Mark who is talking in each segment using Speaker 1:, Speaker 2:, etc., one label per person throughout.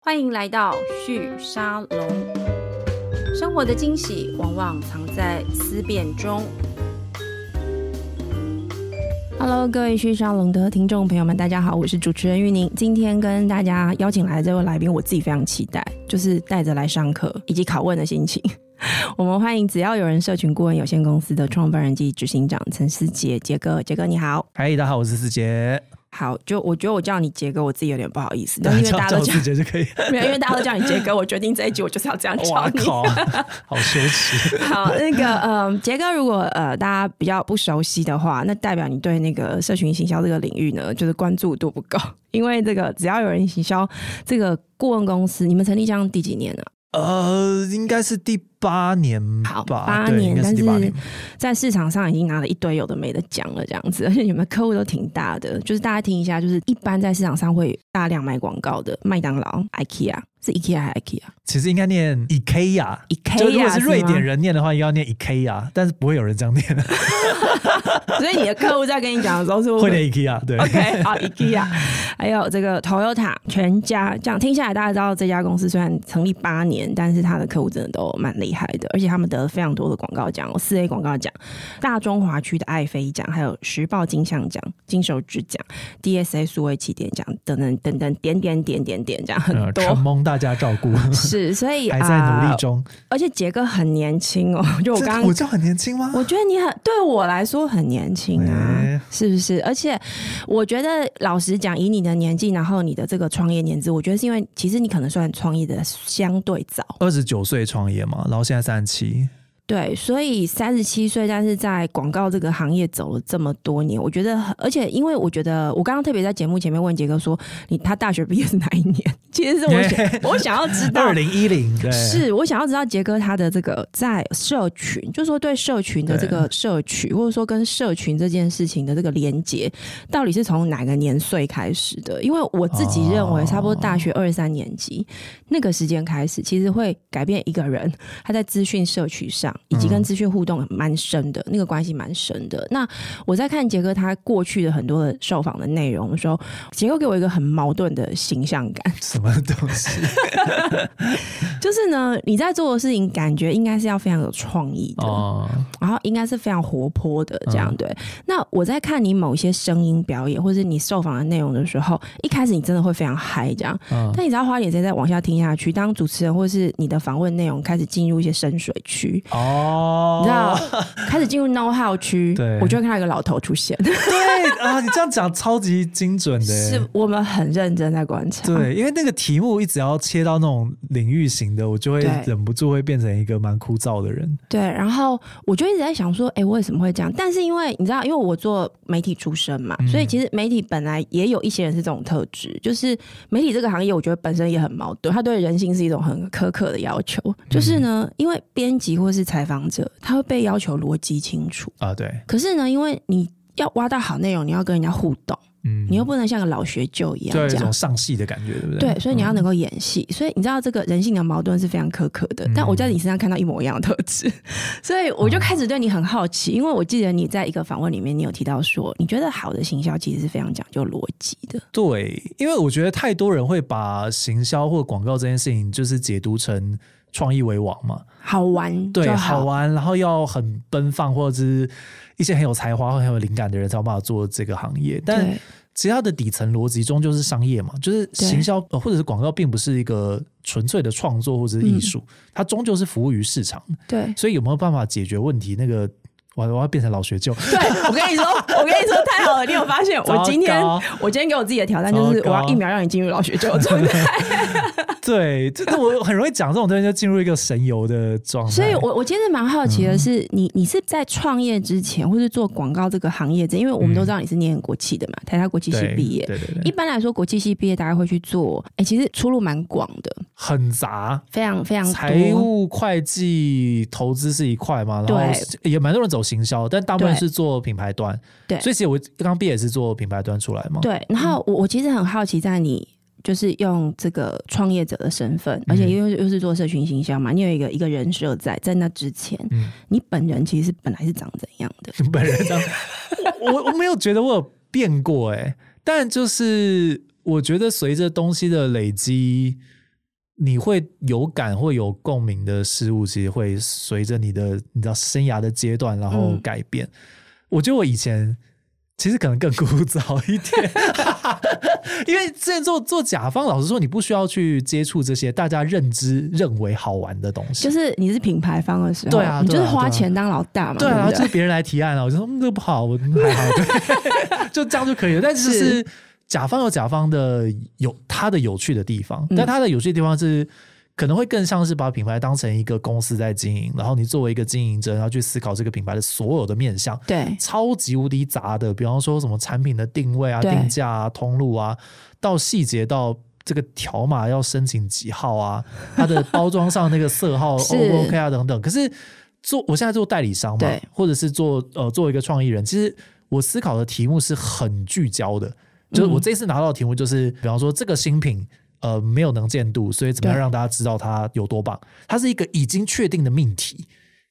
Speaker 1: 欢迎来到旭沙龙。生活的惊喜往往藏在思辨中。
Speaker 2: Hello，各位旭沙龙的听众朋友们，大家好，我是主持人玉宁。今天跟大家邀请来这位来宾，我自己非常期待，就是带着来上课以及拷问的心情。 我们欢迎只要有人社群顾问有限公司的创办人及执行长陈思杰杰哥，杰哥你好。
Speaker 3: 嗨，大家好，我是思杰。
Speaker 2: 好，就我觉得我叫你杰哥，我自己有点不好意思，但是因为大家
Speaker 3: 叫
Speaker 2: 都
Speaker 3: 我
Speaker 2: 叫
Speaker 3: 思杰就可以。
Speaker 2: 没有，因为大家都叫你杰哥，我决定这一集我就是要这样叫
Speaker 3: 哇
Speaker 2: 你。
Speaker 3: 靠，好羞耻。
Speaker 2: 好，那个，嗯，杰哥，如果呃大家比较不熟悉的话，那代表你对那个社群行销这个领域呢，就是关注度不够。 因为这个只要有人行销这个顾问公司，你们成立这样第几年了？
Speaker 3: 呃，应该是第八年
Speaker 2: 好
Speaker 3: 吧？
Speaker 2: 八
Speaker 3: 对
Speaker 2: 年
Speaker 3: 应该
Speaker 2: 但
Speaker 3: 是第八
Speaker 2: 是
Speaker 3: 年。
Speaker 2: 在市场上已经拿了一堆有的没的奖了，这样子，而且你们客户都挺大的。就是大家听一下，就是一般在市场上会大量买广告的，麦当劳、IKEA 是 IKEA 还是
Speaker 3: 其实应该念 IKEA。
Speaker 2: IKEA？IKEA
Speaker 3: 就如果是瑞典
Speaker 2: 人，
Speaker 3: 人念的话，应该要念 IKEA，但是不会有人 这样念，
Speaker 2: 所以你的客户在跟你讲的时候是不是
Speaker 3: 会念 IKEA。对，
Speaker 2: OK，好，IKEA，还有这个 Toyota 全家，这样听下来，大家知道这家公司虽然成立八年，但是它的客户真的都蛮厉害的，而且他们得了非常多的广告奖，四 A 广告奖、大中华区的爱妃奖，还有时报金像奖、金手指奖、DSA 数位起点奖等等等等，点点点点点这样很
Speaker 3: 呃，
Speaker 2: 多。
Speaker 3: 承蒙大家照顾，
Speaker 2: 是，所以
Speaker 3: 还在努力
Speaker 2: 啊
Speaker 3: 中。
Speaker 2: 而且杰哥很年轻哦，就我
Speaker 3: 嗯这
Speaker 2: 刚刚
Speaker 3: 我就很年轻吗？
Speaker 2: 我觉得你很对我来说很年轻啊，
Speaker 3: 哎
Speaker 2: 是不是？而且我觉得老实讲，以你的年纪，然后你的这个创业年资，我觉得是因为其实你可能算创业的相对早，
Speaker 3: 二十九岁创业嘛，然后现在三十七，
Speaker 2: 对，所以三十七岁，但是在广告这个行业走了这么多年，我觉得很，而且因为我觉得我刚刚特别在节目前面问杰哥说，你他大学毕业是哪一年？ 其实是我想我想要知道
Speaker 3: 二。零一零，对，
Speaker 2: 是我想要知道杰哥他的这个在社群，就是说对社群的这个社区，或者说跟社群这件事情的这个连接，到底是从哪个年岁开始的？因为我自己认为，
Speaker 3: 哦
Speaker 2: 差不多大学二三年级、那个时间开始，其实会改变一个人他在资讯社区上，以及
Speaker 3: 嗯
Speaker 2: 跟资讯互动蛮深的、那个关系蛮深的。那我在看杰哥他过去的很多的受访的内容的时候，杰哥给我一个很矛盾的形象感。
Speaker 3: 什么东 西？
Speaker 2: 就是呢，你在做的事情，感觉应该是要非常有创意的，
Speaker 3: 哦，
Speaker 2: 然后应该是非常活泼的这样
Speaker 3: 嗯
Speaker 2: 对。那我在看你某些声音表演，或是你受访的内容的时候，一开始你真的会非常嗨这样，
Speaker 3: 嗯
Speaker 2: 但你只要花点时间再往下听下去，当主持人或是你的访问内容开始进入一些深水区。
Speaker 3: 哦，
Speaker 2: 你知道，开始进入 know how 区
Speaker 3: 对，
Speaker 2: 我就会看到一个老头出现，
Speaker 3: 对啊，你这样讲超级精准的欸。
Speaker 2: 是我们很认真在观察。
Speaker 3: 对，因为那个题目一直要切到那种领域型的，我就会
Speaker 2: 对
Speaker 3: 忍不住会变成一个蛮枯燥的人。
Speaker 2: 对，然后我就一直在想说，哎，为什么会这样？但是因为你知道，因为我做媒体出身嘛，所以其实媒体本来也有一些人是这种特质，就是媒体这个行业，我觉得本身也很矛盾，它对人性是一种很苛刻的要求。就是呢，因为编辑或是采访者，他会被要求逻辑清楚，
Speaker 3: 啊，对，
Speaker 2: 可是呢，因为你要挖到好内容，你要跟人家互动，
Speaker 3: 嗯，
Speaker 2: 你又不能像个老学究一样
Speaker 3: 就有一
Speaker 2: 这样
Speaker 3: 种。上戏的感觉，对不嗯对？
Speaker 2: 对，所以你要能够演戏，所以你知道这个人性的矛盾是非常苛刻的。但我在
Speaker 3: 嗯
Speaker 2: 你身上看到一模一样的特质， 所以
Speaker 3: 哦
Speaker 2: 我就开始对你很好奇，因为我记得你在一个访问里面，你有提到说，你觉得好的行销其实是非常讲究逻辑的。
Speaker 3: 对，因为我觉得太多人会把行销或广告这件事情，就是解读成创意为王嘛，
Speaker 2: 好玩
Speaker 3: 对，
Speaker 2: 就
Speaker 3: 好玩，然后要很奔放，或者是一些很有才华或很有灵感的人才有办法做这个行业，但
Speaker 2: 对
Speaker 3: 其他的底层逻辑中就是商业嘛，就是行销呃或者是广告，并不是一个纯粹的创作或者是艺术，
Speaker 2: 嗯
Speaker 3: 它终究是服务于市场。
Speaker 2: 对
Speaker 3: 所以有没有办法解决问题？那个我我要变成老学究，
Speaker 2: 对，我跟你说，我跟你说太好了，你有发现？ 我今天
Speaker 3: 糟糕
Speaker 2: 我今天给我自己的挑战就是，我
Speaker 3: 糟糕
Speaker 2: 要一秒让你进入老学究的状态。
Speaker 3: 对，这个我很容易讲这种东西，就进入一个神游的状态。
Speaker 2: 所以我，我其实蛮好奇的
Speaker 3: 嗯
Speaker 2: 是，你你是在创业之前，或是做广告这个行业之前，因为我们都知道你是念国企的嘛，台大国际系
Speaker 3: 对
Speaker 2: 毕业。
Speaker 3: 嗯对对
Speaker 2: 一
Speaker 3: 对，
Speaker 2: 般来说，国际系毕业大概会去做，哎、其实出路蛮广的，
Speaker 3: 很杂。
Speaker 2: 非常非常
Speaker 3: 财
Speaker 2: 多。
Speaker 3: 务、会计、投资是一块嘛，然后也蛮多人走行销，但大部分
Speaker 2: 对
Speaker 3: 是做品牌端。
Speaker 2: 对
Speaker 3: 所以其实我刚毕业也是做品牌端出来嘛。
Speaker 2: 对，然
Speaker 3: 嗯
Speaker 2: 后我我其实很好奇，在你就是用这个创业者的身
Speaker 3: 嗯
Speaker 2: 份，而且因为又是做社群行销嘛，你有一个一个人设在，在那之前，
Speaker 3: 嗯
Speaker 2: 你本人其实本来是长怎样的？
Speaker 3: 本人这样，我我没有欸觉得我有变过哎、但就是我觉得随着东西的累积，你会有感或有共鸣的事物，其实会随着你的你知道生涯的阶段，然后
Speaker 2: 嗯
Speaker 3: 改变。我觉得我以前其实可能更枯燥一点， 因为之前做做甲方，老实说，你不需要去接触这些大家认知认为好玩的东西。
Speaker 2: 就是你是品牌方的时候，
Speaker 3: 对啊
Speaker 2: 你就是
Speaker 3: 对啊
Speaker 2: 花
Speaker 3: 对啊
Speaker 2: 钱当老大嘛，
Speaker 3: 对啊，
Speaker 2: 不
Speaker 3: 就是别人来提案了，我就说嗯这个不好，我嗯还好，对 就这样就可以了。但是就是甲方有甲方的有他的有趣的地方，
Speaker 2: 嗯
Speaker 3: 但他的有趣的地方是。可能会更像是把品牌当成一个公司在经营，然后你作为一个经营者，然后去思考这个品牌的所有的面向，
Speaker 2: 对
Speaker 3: 超级无敌杂的。比方说什么产品的定位啊、
Speaker 2: 对
Speaker 3: 定价啊、通路啊，到细节到这个条码要申请几号 啊，它的包装上那个色号
Speaker 2: 是
Speaker 3: O 不 OK 啊等等。可是做我现在做代理商嘛
Speaker 2: 对，
Speaker 3: 或者是做呃做一个创意人，其实我思考的题目是很聚焦的。就是
Speaker 2: 嗯
Speaker 3: 我这次拿到的题目就是，比方说这个新品。呃，没有能见度，所以怎么样
Speaker 2: 对
Speaker 3: 让大家知道它有多棒？它是一个已经确定的命题，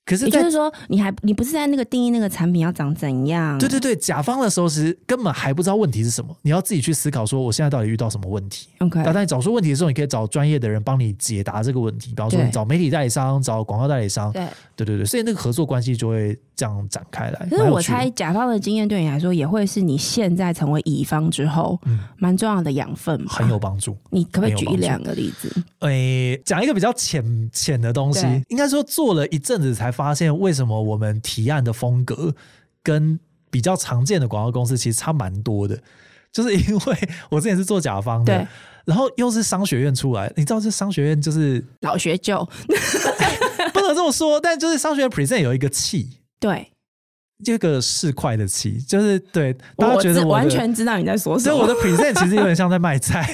Speaker 3: 可是
Speaker 2: 也
Speaker 3: 在
Speaker 2: 就是说，你还你不是在那个定义那个产品要长怎样，
Speaker 3: 对对对，甲方的时候其实根本还不知道问题是什么，你要自己去思考说我现在到底遇到什么问题。
Speaker 2: ，OK，
Speaker 3: 那当你找出问题的时候，你可以找专业的人帮你解答这个问题，比方说
Speaker 2: 对
Speaker 3: 你找媒体代理商、找广告代理商，
Speaker 2: 对。
Speaker 3: 对对对，所以那个合作关系就会这样展开来。
Speaker 2: 可是
Speaker 3: 蛮有
Speaker 2: 我
Speaker 3: 趣的
Speaker 2: 猜，甲方的经验对你来说，也会是你现在成为乙方之后
Speaker 3: 嗯
Speaker 2: 蛮重要的养分吧
Speaker 3: 很有。帮助。
Speaker 2: 你可不可以
Speaker 3: 很有
Speaker 2: 举
Speaker 3: 帮
Speaker 2: 一
Speaker 3: 助
Speaker 2: 两个例子？
Speaker 3: 诶、讲一个比较浅浅的东西
Speaker 2: 对，
Speaker 3: 应该说做了一阵子才发现，为什么我们提案的风格跟比较常见的广告公司其实差蛮多的，就是因为我之前是做甲方的
Speaker 2: 对，
Speaker 3: 然后又是商学院出来，你知道这商学院就是
Speaker 2: 老学究，
Speaker 3: 不能这么说，但就是商学院 present 有一个气。
Speaker 2: 对，
Speaker 3: 这个市侩的气，就是对大家
Speaker 2: 我
Speaker 3: 觉
Speaker 2: 知
Speaker 3: 得我的
Speaker 2: 完，全知道你在说什
Speaker 3: 所以我
Speaker 2: 么。
Speaker 3: 的 present 其实有点像在卖 菜，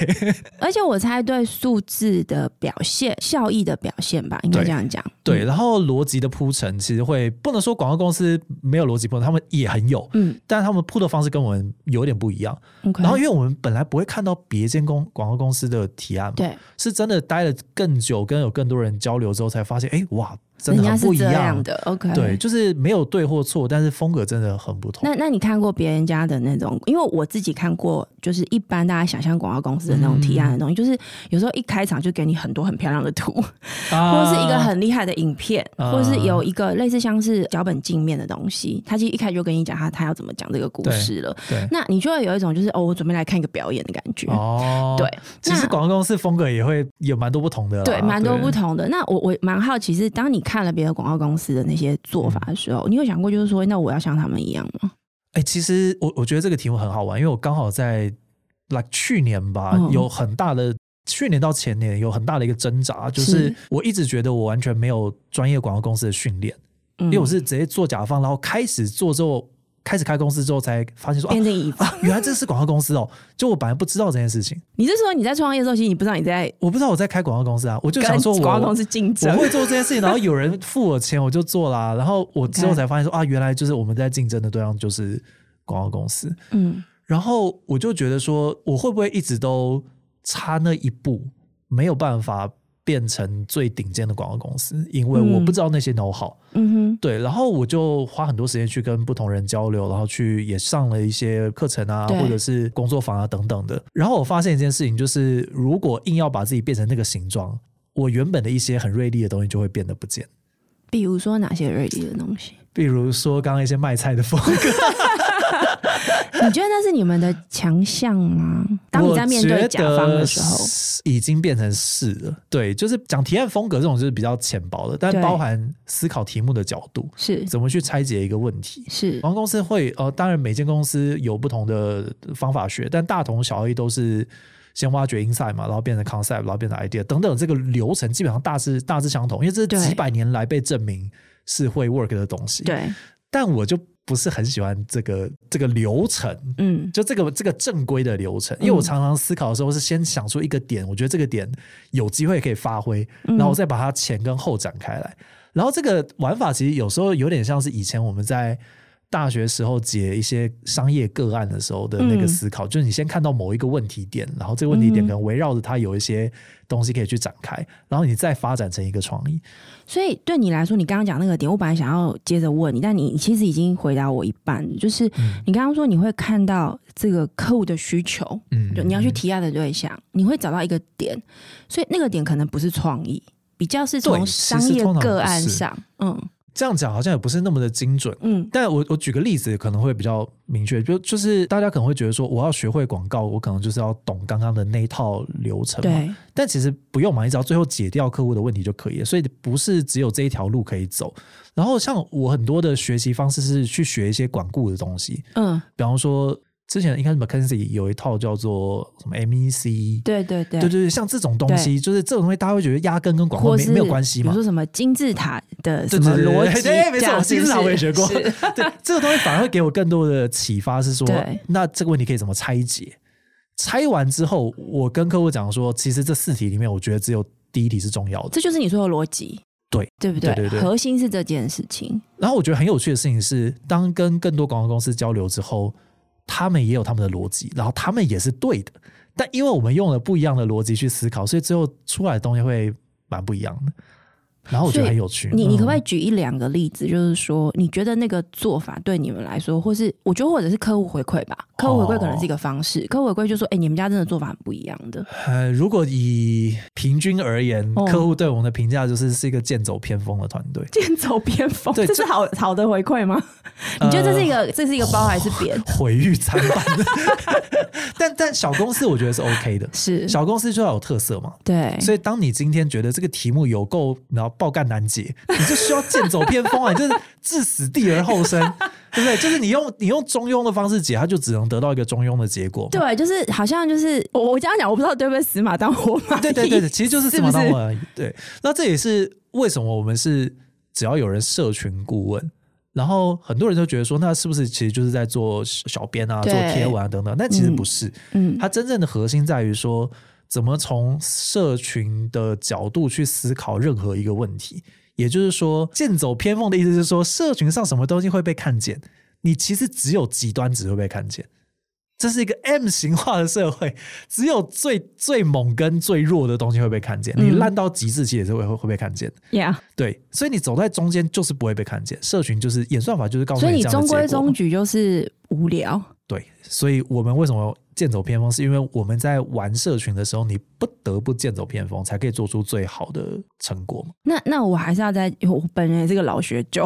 Speaker 2: 而且我猜对数字的表现、效益的表现吧，应该
Speaker 3: 对
Speaker 2: 这样讲。
Speaker 3: 对，然后逻辑的铺陈其实会不能说广告公司没有逻辑铺陈，他们也很有，
Speaker 2: 嗯，
Speaker 3: 但他们铺的方式跟我们有点不一样。
Speaker 2: 嗯，OK。
Speaker 3: 然后，因为我们本来不会看到别间公广告公司的提案嘛，
Speaker 2: 对，
Speaker 3: 是真的待了更久，跟有更多人交流之后，才发现，哎，哇，真
Speaker 2: 人
Speaker 3: 的
Speaker 2: 家
Speaker 3: 很
Speaker 2: 是
Speaker 3: 不一
Speaker 2: 这
Speaker 3: 样啊
Speaker 2: 样。的，OK。
Speaker 3: 对，就是没有对或错，但是风格真的很不同。
Speaker 2: 那那你看过别人家的那种？因为我自己看过，就是一般大家想象广告公司的那种提案的
Speaker 3: 嗯
Speaker 2: 东西，就是有时候一开场就给你很多很漂亮的图，或
Speaker 3: 啊
Speaker 2: 者是一个很厉害的影片，
Speaker 3: 啊
Speaker 2: 或者是有一个类似像是脚本镜面的东西，他其实一开始就跟你讲他他要怎么讲这个故事了。
Speaker 3: 啊对
Speaker 2: 那你就会有一种就是哦，我准备来看一个表演的感觉。
Speaker 3: 哦，
Speaker 2: 嗯对，，
Speaker 3: 其实
Speaker 2: 那
Speaker 3: 广告公司风格也会有蛮多不同的啦，
Speaker 2: 对，蛮多不。同的。那我我蛮好奇是，当你看了别的广告公司的那些做法的时候，你有想过就是说，那我要像他们一样吗？
Speaker 3: 哎，其实我我觉得这个题目很好玩，因为我刚好在 like 去年吧，
Speaker 2: 嗯
Speaker 3: 有很大的。去年到前年有很大的一个挣扎，就是是我一直觉得我完全没有专业广告公司的训练，
Speaker 2: 因
Speaker 3: 因为我是直接做甲方，然后开始做之后，开始开公司之后才发现说啊
Speaker 2: 变成乙方。
Speaker 3: 啊，原来这是广告公司哦，就我本来不知道这件事情，
Speaker 2: 你是说你在创业的时候，其实你不知道你在
Speaker 3: 我不知道我在开广告公司啊，我就想
Speaker 2: 跟
Speaker 3: 说我
Speaker 2: 广告公司竞
Speaker 3: 我
Speaker 2: 争？
Speaker 3: 会做这件事情，然后有人付我钱，我就做 啦。然后我之后
Speaker 2: OK
Speaker 3: 才发现说啊，原来就是我们在竞争的对象就是广告公司。
Speaker 2: 嗯，
Speaker 3: 然后我就觉得说，我会不会一直都差那一步，没有办法变成最顶尖的广告公司？因为我
Speaker 2: 嗯
Speaker 3: 不知道那些 know how。
Speaker 2: 嗯哼，
Speaker 3: 对，然后我就花很多时间去跟不同人交流，然后去也上了一些课程啊，
Speaker 2: 对
Speaker 3: 或者是工作坊啊等等的。然后我发现一件事情，就是如果硬要把自己变成那个形状，我原本的一些很锐利的东西就会变得不见。
Speaker 2: 比如说哪些锐利的东西？
Speaker 3: 比如说刚刚一些卖菜的风格，
Speaker 2: 你觉得那是你们的强项吗？ 当你在面对甲方的时
Speaker 3: 我觉
Speaker 2: 候
Speaker 3: 得，是已经变成是了。对，就是讲提案风格这种就是比较浅薄的，但
Speaker 2: 对
Speaker 3: 包含思考题目的角度，
Speaker 2: 是
Speaker 3: 怎么去拆解一个问题。
Speaker 2: 是
Speaker 3: 广告公司会呃，当然每间公司有不同的方法学，但大同小异，都是先挖掘 insight 嘛，然后变成 concept，然后变成 idea 等等，这个流程基本上大致大致相同，因为这
Speaker 2: 对
Speaker 3: 是几百年来被证明是会 work 的东西。，
Speaker 2: 对，
Speaker 3: 但我就不是很喜欢这个这个流程。
Speaker 2: 嗯，
Speaker 3: 就这个这个正规的流程，因为我常常思考的时候是先想出一个点，我觉得这个点有机会可以发挥，
Speaker 2: 嗯
Speaker 3: 然后我再把它前跟后展开来。然后这个玩法其实有时候有点像是以前我们在大学时候解一些商业个案的时候的那
Speaker 2: 嗯
Speaker 3: 个思考，就是你先看到某一个问题点，然后这个问题点可能围绕着它有一些东西可以去展开，然后你再发展成一个创意。
Speaker 2: 所以对你来说，你刚刚讲那个点，我本来想要接着问你，但你其实已经回答我一半，就是你刚刚说你会看到这个客户的需求，
Speaker 3: 嗯，
Speaker 2: 就你要去提案的对象，你会找到一个点，所以那个点可能不是创意，比较是从
Speaker 3: 对其
Speaker 2: 商
Speaker 3: 实
Speaker 2: 业
Speaker 3: 通常不
Speaker 2: 个案
Speaker 3: 是
Speaker 2: 上，嗯
Speaker 3: 这样讲好像也不是那么的精准。
Speaker 2: 嗯
Speaker 3: 但我我举个例子可能会比较明确，就就是大家可能会觉得说，我要学会广告，我可能就是要懂刚刚的那一套流程嘛。
Speaker 2: 对，
Speaker 3: 但其实不用嘛，你只要最后解掉客户的问题就可以了。所以不是只有这一条路可以走。然后像我很多的学习方式是去学一些管顾的东西，
Speaker 2: 嗯
Speaker 3: 比方说之前应该是 McKinsey 有一套叫做什么 E MEC，
Speaker 2: 对对对
Speaker 3: 对对，像这种东西，就是这种东西大家会觉得压根跟广告
Speaker 2: 或
Speaker 3: 没
Speaker 2: 是
Speaker 3: 没有关系
Speaker 2: 比
Speaker 3: 嘛
Speaker 2: 如。说什么金字塔的什
Speaker 3: 对
Speaker 2: 么
Speaker 3: 对对
Speaker 2: 逻
Speaker 3: 对
Speaker 2: 辑
Speaker 3: 对对没
Speaker 2: 这
Speaker 3: 错
Speaker 2: 样，
Speaker 3: 金字塔
Speaker 2: 是不
Speaker 3: 我也
Speaker 2: 是
Speaker 3: 学过
Speaker 2: 是
Speaker 3: 对，这个东西反而会给我更多的启发，是说
Speaker 2: 对，
Speaker 3: 那这个问题可以怎么拆解？拆完之后，我跟客户讲说，其实这四题里面，我觉得只有第一题是重要的。
Speaker 2: 这就是你说的逻辑，
Speaker 3: 对
Speaker 2: 对不
Speaker 3: 对对对
Speaker 2: 核心是这件事情，
Speaker 3: 然后我觉得很有趣的事情是，当跟更多广告公司交流之后，他们也有他们的逻辑，然后他们也是对的，但因为我们用了不一样的逻辑去思考，所以最后出来的东西会蛮不一样的。然后我觉得很有趣。
Speaker 2: 你你可不可以
Speaker 3: 嗯
Speaker 2: 举一两个例子，就是说你觉得那个做法对你们来说，或是我觉得或者是客户回馈吧，
Speaker 3: 哦
Speaker 2: 客户回馈可能是一个方式，客户回馈就说，哎、你们家真的做法很不一样 的，
Speaker 3: 呃，如果以平均而言，
Speaker 2: 哦
Speaker 3: 客户对我们的评价就是是一个剑走偏锋的团队。
Speaker 2: 剑走偏锋，
Speaker 3: 对
Speaker 2: 这
Speaker 3: 呃
Speaker 2: 是好好的回馈吗？你觉得这是一个、这是一个包
Speaker 3: 哦
Speaker 2: 还是扁？
Speaker 3: 毁誉参 半， 但但小公司我觉得是 OK 的，
Speaker 2: 是，
Speaker 3: 小公司就要有特色嘛，
Speaker 2: 对，
Speaker 3: 所以当你今天觉得这个题目有够然后爆干难解， 你就需要剑走偏锋啊，你就是置死地而后生， 对不对？就是你用你用中庸的方式解，它就只能得到一个中庸的结果嘛。
Speaker 2: 对，就是好像就是我我这样讲，我不知道对不对，死马当活马医，
Speaker 3: 对对对 对，其实就是
Speaker 2: 是
Speaker 3: 司
Speaker 2: 不
Speaker 3: 马当
Speaker 2: 是
Speaker 3: 文而已。对，那这也是为什么我们是只要有人社群顾问，然后很多人都觉得说，那是不是其实就是在做小编啊、做
Speaker 2: 对
Speaker 3: 贴文啊等等？但其实
Speaker 2: 嗯
Speaker 3: 不是，
Speaker 2: 嗯，
Speaker 3: 它真正的核心在于说，怎么从社群的角度去思考任何一个问题。也就是说，剑走偏锋的意思是说，社群上什么东西会被看见，你其实只有极端值会被看见。这是一个 M 型化的社会，只有最最猛跟最弱的东西会被看见，你
Speaker 2: 嗯
Speaker 3: 烂到极致，其实也是会会会被看见的。
Speaker 2: yeah。
Speaker 3: 对，所以你走在中间就是不会被看见，社群就是演算法就是告诉
Speaker 2: 所以
Speaker 3: 哦你
Speaker 2: 你
Speaker 3: 这样
Speaker 2: 中
Speaker 3: 的结果
Speaker 2: 规
Speaker 3: 嘛
Speaker 2: 中矩就是无聊，
Speaker 3: 对，所以我们为什么剑走偏锋，是因为我们在玩社群的时候，你不得不剑走偏锋，才可以做出最好的成果嘛。
Speaker 2: 那那我还是要再，我本人也是个老学究，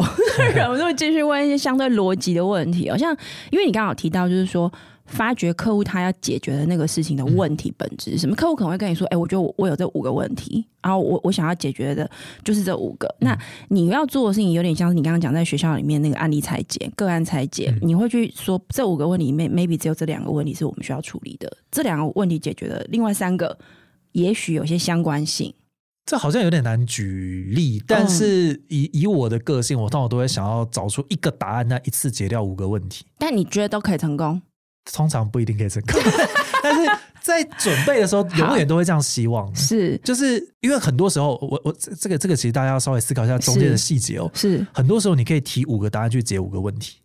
Speaker 2: 忍不住继续问一些相对逻辑的问题、哦。像因为你刚好提到，就是说发掘客户他要解决的那个事情的问题本质是什么？客户可能会跟你说：“哎、我觉得我我有这五个问题，然后我我想要解决的就是这五个。那你要做的事情有点像是你刚刚讲在学校里面那个案例裁剪、个案裁剪，你会去说这五个问题里面，maybe 只有这两个问题是我们需要处理的，这两个问题解决的另外三个也许有些相关性。
Speaker 3: 这好像有点难举例，但是以、以我的个性，我通常都会想要找出一个答案，那一次解掉五个问题，
Speaker 2: 但你觉得都可以成功？
Speaker 3: 通常不一定可以成功， 但是在准备的时候，永远都会这样希望。
Speaker 2: 是
Speaker 3: 就是因为很多时候，我我这这个这个，其实大家要稍微思考一下中间
Speaker 2: 是
Speaker 3: 的细节哦。
Speaker 2: 是，
Speaker 3: 很多时候你可以提五个答案去解五个问题，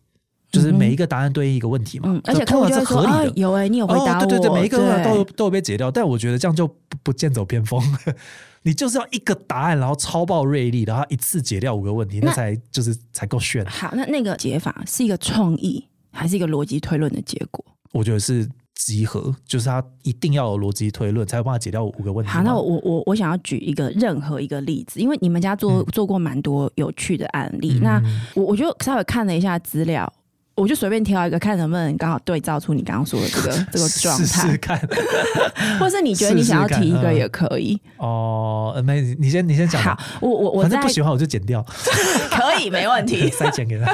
Speaker 3: 就是每一个答案对应一个问题嘛。
Speaker 2: 嗯嗯，而且
Speaker 3: 就
Speaker 2: 客
Speaker 3: 通
Speaker 2: 户
Speaker 3: 常
Speaker 2: 就会
Speaker 3: 是
Speaker 2: 说
Speaker 3: 合
Speaker 2: 啊
Speaker 3: 理，的。
Speaker 2: 有哎、你有回答我，
Speaker 3: 哦、对对对，每一个
Speaker 2: 对
Speaker 3: 都有都有被解掉，但我觉得这样就不不剑走偏锋， 你就是要一个答案，然后超爆锐利，然后一次解掉五个问题，那
Speaker 2: 那
Speaker 3: 才就是才够炫。
Speaker 2: 好，那那个解法是一个创意，还是一个逻辑推论的结果？
Speaker 3: 我觉得是集合，就是它一定要有逻辑推论，才有办法解掉五个问题嘛。
Speaker 2: 好，那我我我我想要举一个任何一个例子，因为你们家
Speaker 3: 嗯
Speaker 2: 做、做过蛮多有趣的案例，那我我就稍微看了一下资料。我就随便挑一个，看能不能刚好对照出你刚刚说的这 个这个状
Speaker 3: 试
Speaker 2: 态
Speaker 3: 试，看。
Speaker 2: 或是你觉得你想要
Speaker 3: 试试看
Speaker 2: 提一个
Speaker 3: 嗯
Speaker 2: 也可以。
Speaker 3: 哦，amazing！你先你先讲吧，
Speaker 2: 好，我我我
Speaker 3: 反
Speaker 2: 在
Speaker 3: 正不喜欢我就剪 掉，
Speaker 2: 可以没问题，
Speaker 3: 塞钱给他。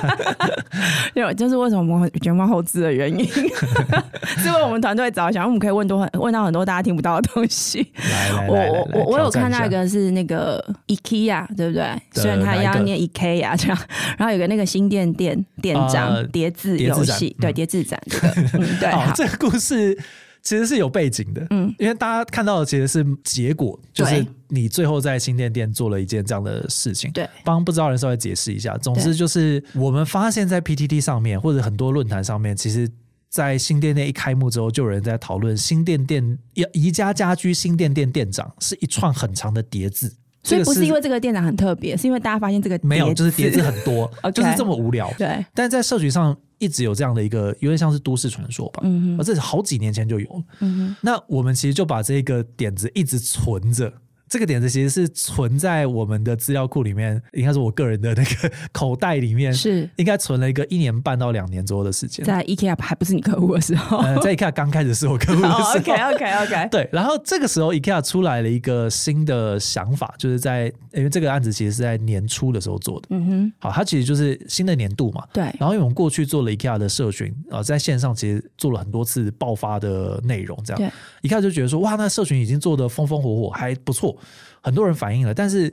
Speaker 2: 对，就是为什么我们卷毛后置的原因， 是为我们团队着想，我们可以问多很问到很多大家听不到的东西。
Speaker 3: 来来
Speaker 2: 我
Speaker 3: 来来
Speaker 2: 我我我有
Speaker 3: 挑战
Speaker 2: 看到
Speaker 3: 下
Speaker 2: 一个是那个 IKEA，对不对？
Speaker 3: 的
Speaker 2: 虽然它
Speaker 3: 哪一
Speaker 2: 要
Speaker 3: 个
Speaker 2: 念 IKEA 这样，然后有个那个新店店店长
Speaker 3: 呃
Speaker 2: 叠字
Speaker 3: 叠字
Speaker 2: 游
Speaker 3: 展
Speaker 2: 戏，对
Speaker 3: 嗯
Speaker 2: 叠字展这个，嗯，对，
Speaker 3: 哦
Speaker 2: 好，
Speaker 3: 这个故事其实是有背景的，
Speaker 2: 嗯，
Speaker 3: 因为大家看到的其实是结果，就是
Speaker 2: 对
Speaker 3: 你最后在新店店做了一件这样的事情。
Speaker 2: 对
Speaker 3: 帮不知道的人稍微解释一下。总
Speaker 2: 对
Speaker 3: 之就是我们发现，在 PTT 上面或者很多论坛上面，其实。在新店店一开幕之后，就有人在讨论新店店宜宜家家居新店店店长是一串很长的叠字，
Speaker 2: 所以
Speaker 3: 这
Speaker 2: 不
Speaker 3: 个
Speaker 2: 是因为这个店长很特别，是因为大家发现这个
Speaker 3: 没有，就是叠字很多
Speaker 2: OK，
Speaker 3: 就是这么无聊。
Speaker 2: 对，
Speaker 3: 但在社群上一直有这样的一个，有点像是都市传说吧，
Speaker 2: 嗯
Speaker 3: 而
Speaker 2: 哼，
Speaker 3: 这是好几年前就有了。
Speaker 2: 嗯
Speaker 3: 那我们其实就把这个点子一直存着。这个点子其实是存在我们的资料库里面，应该是我个人的那个 口袋里面
Speaker 2: 哼，，是
Speaker 3: 应该存了一个一年半到两年左右的时间。
Speaker 2: 在 IKEA 还不是你客户的时 候。
Speaker 3: 呃，在 IKEA 刚开始是我客户的 时候
Speaker 2: 哦 OK 啊 OK OK，
Speaker 3: 对，然后这个时候 IKEA 出来了一个新的想法，就是在因为这个案子其实是在年初的时候做的。
Speaker 2: 嗯哼，
Speaker 3: 好，它其实就是新的年度嘛，
Speaker 2: 对，
Speaker 3: 然后因为我们过去做了 IKEA 的社群啊、呃在线上其实做了很多次爆发的内容，这
Speaker 2: 对
Speaker 3: 样一看就觉得说哇，那社群已经做得风风火火，还不错，很多人反映了。但是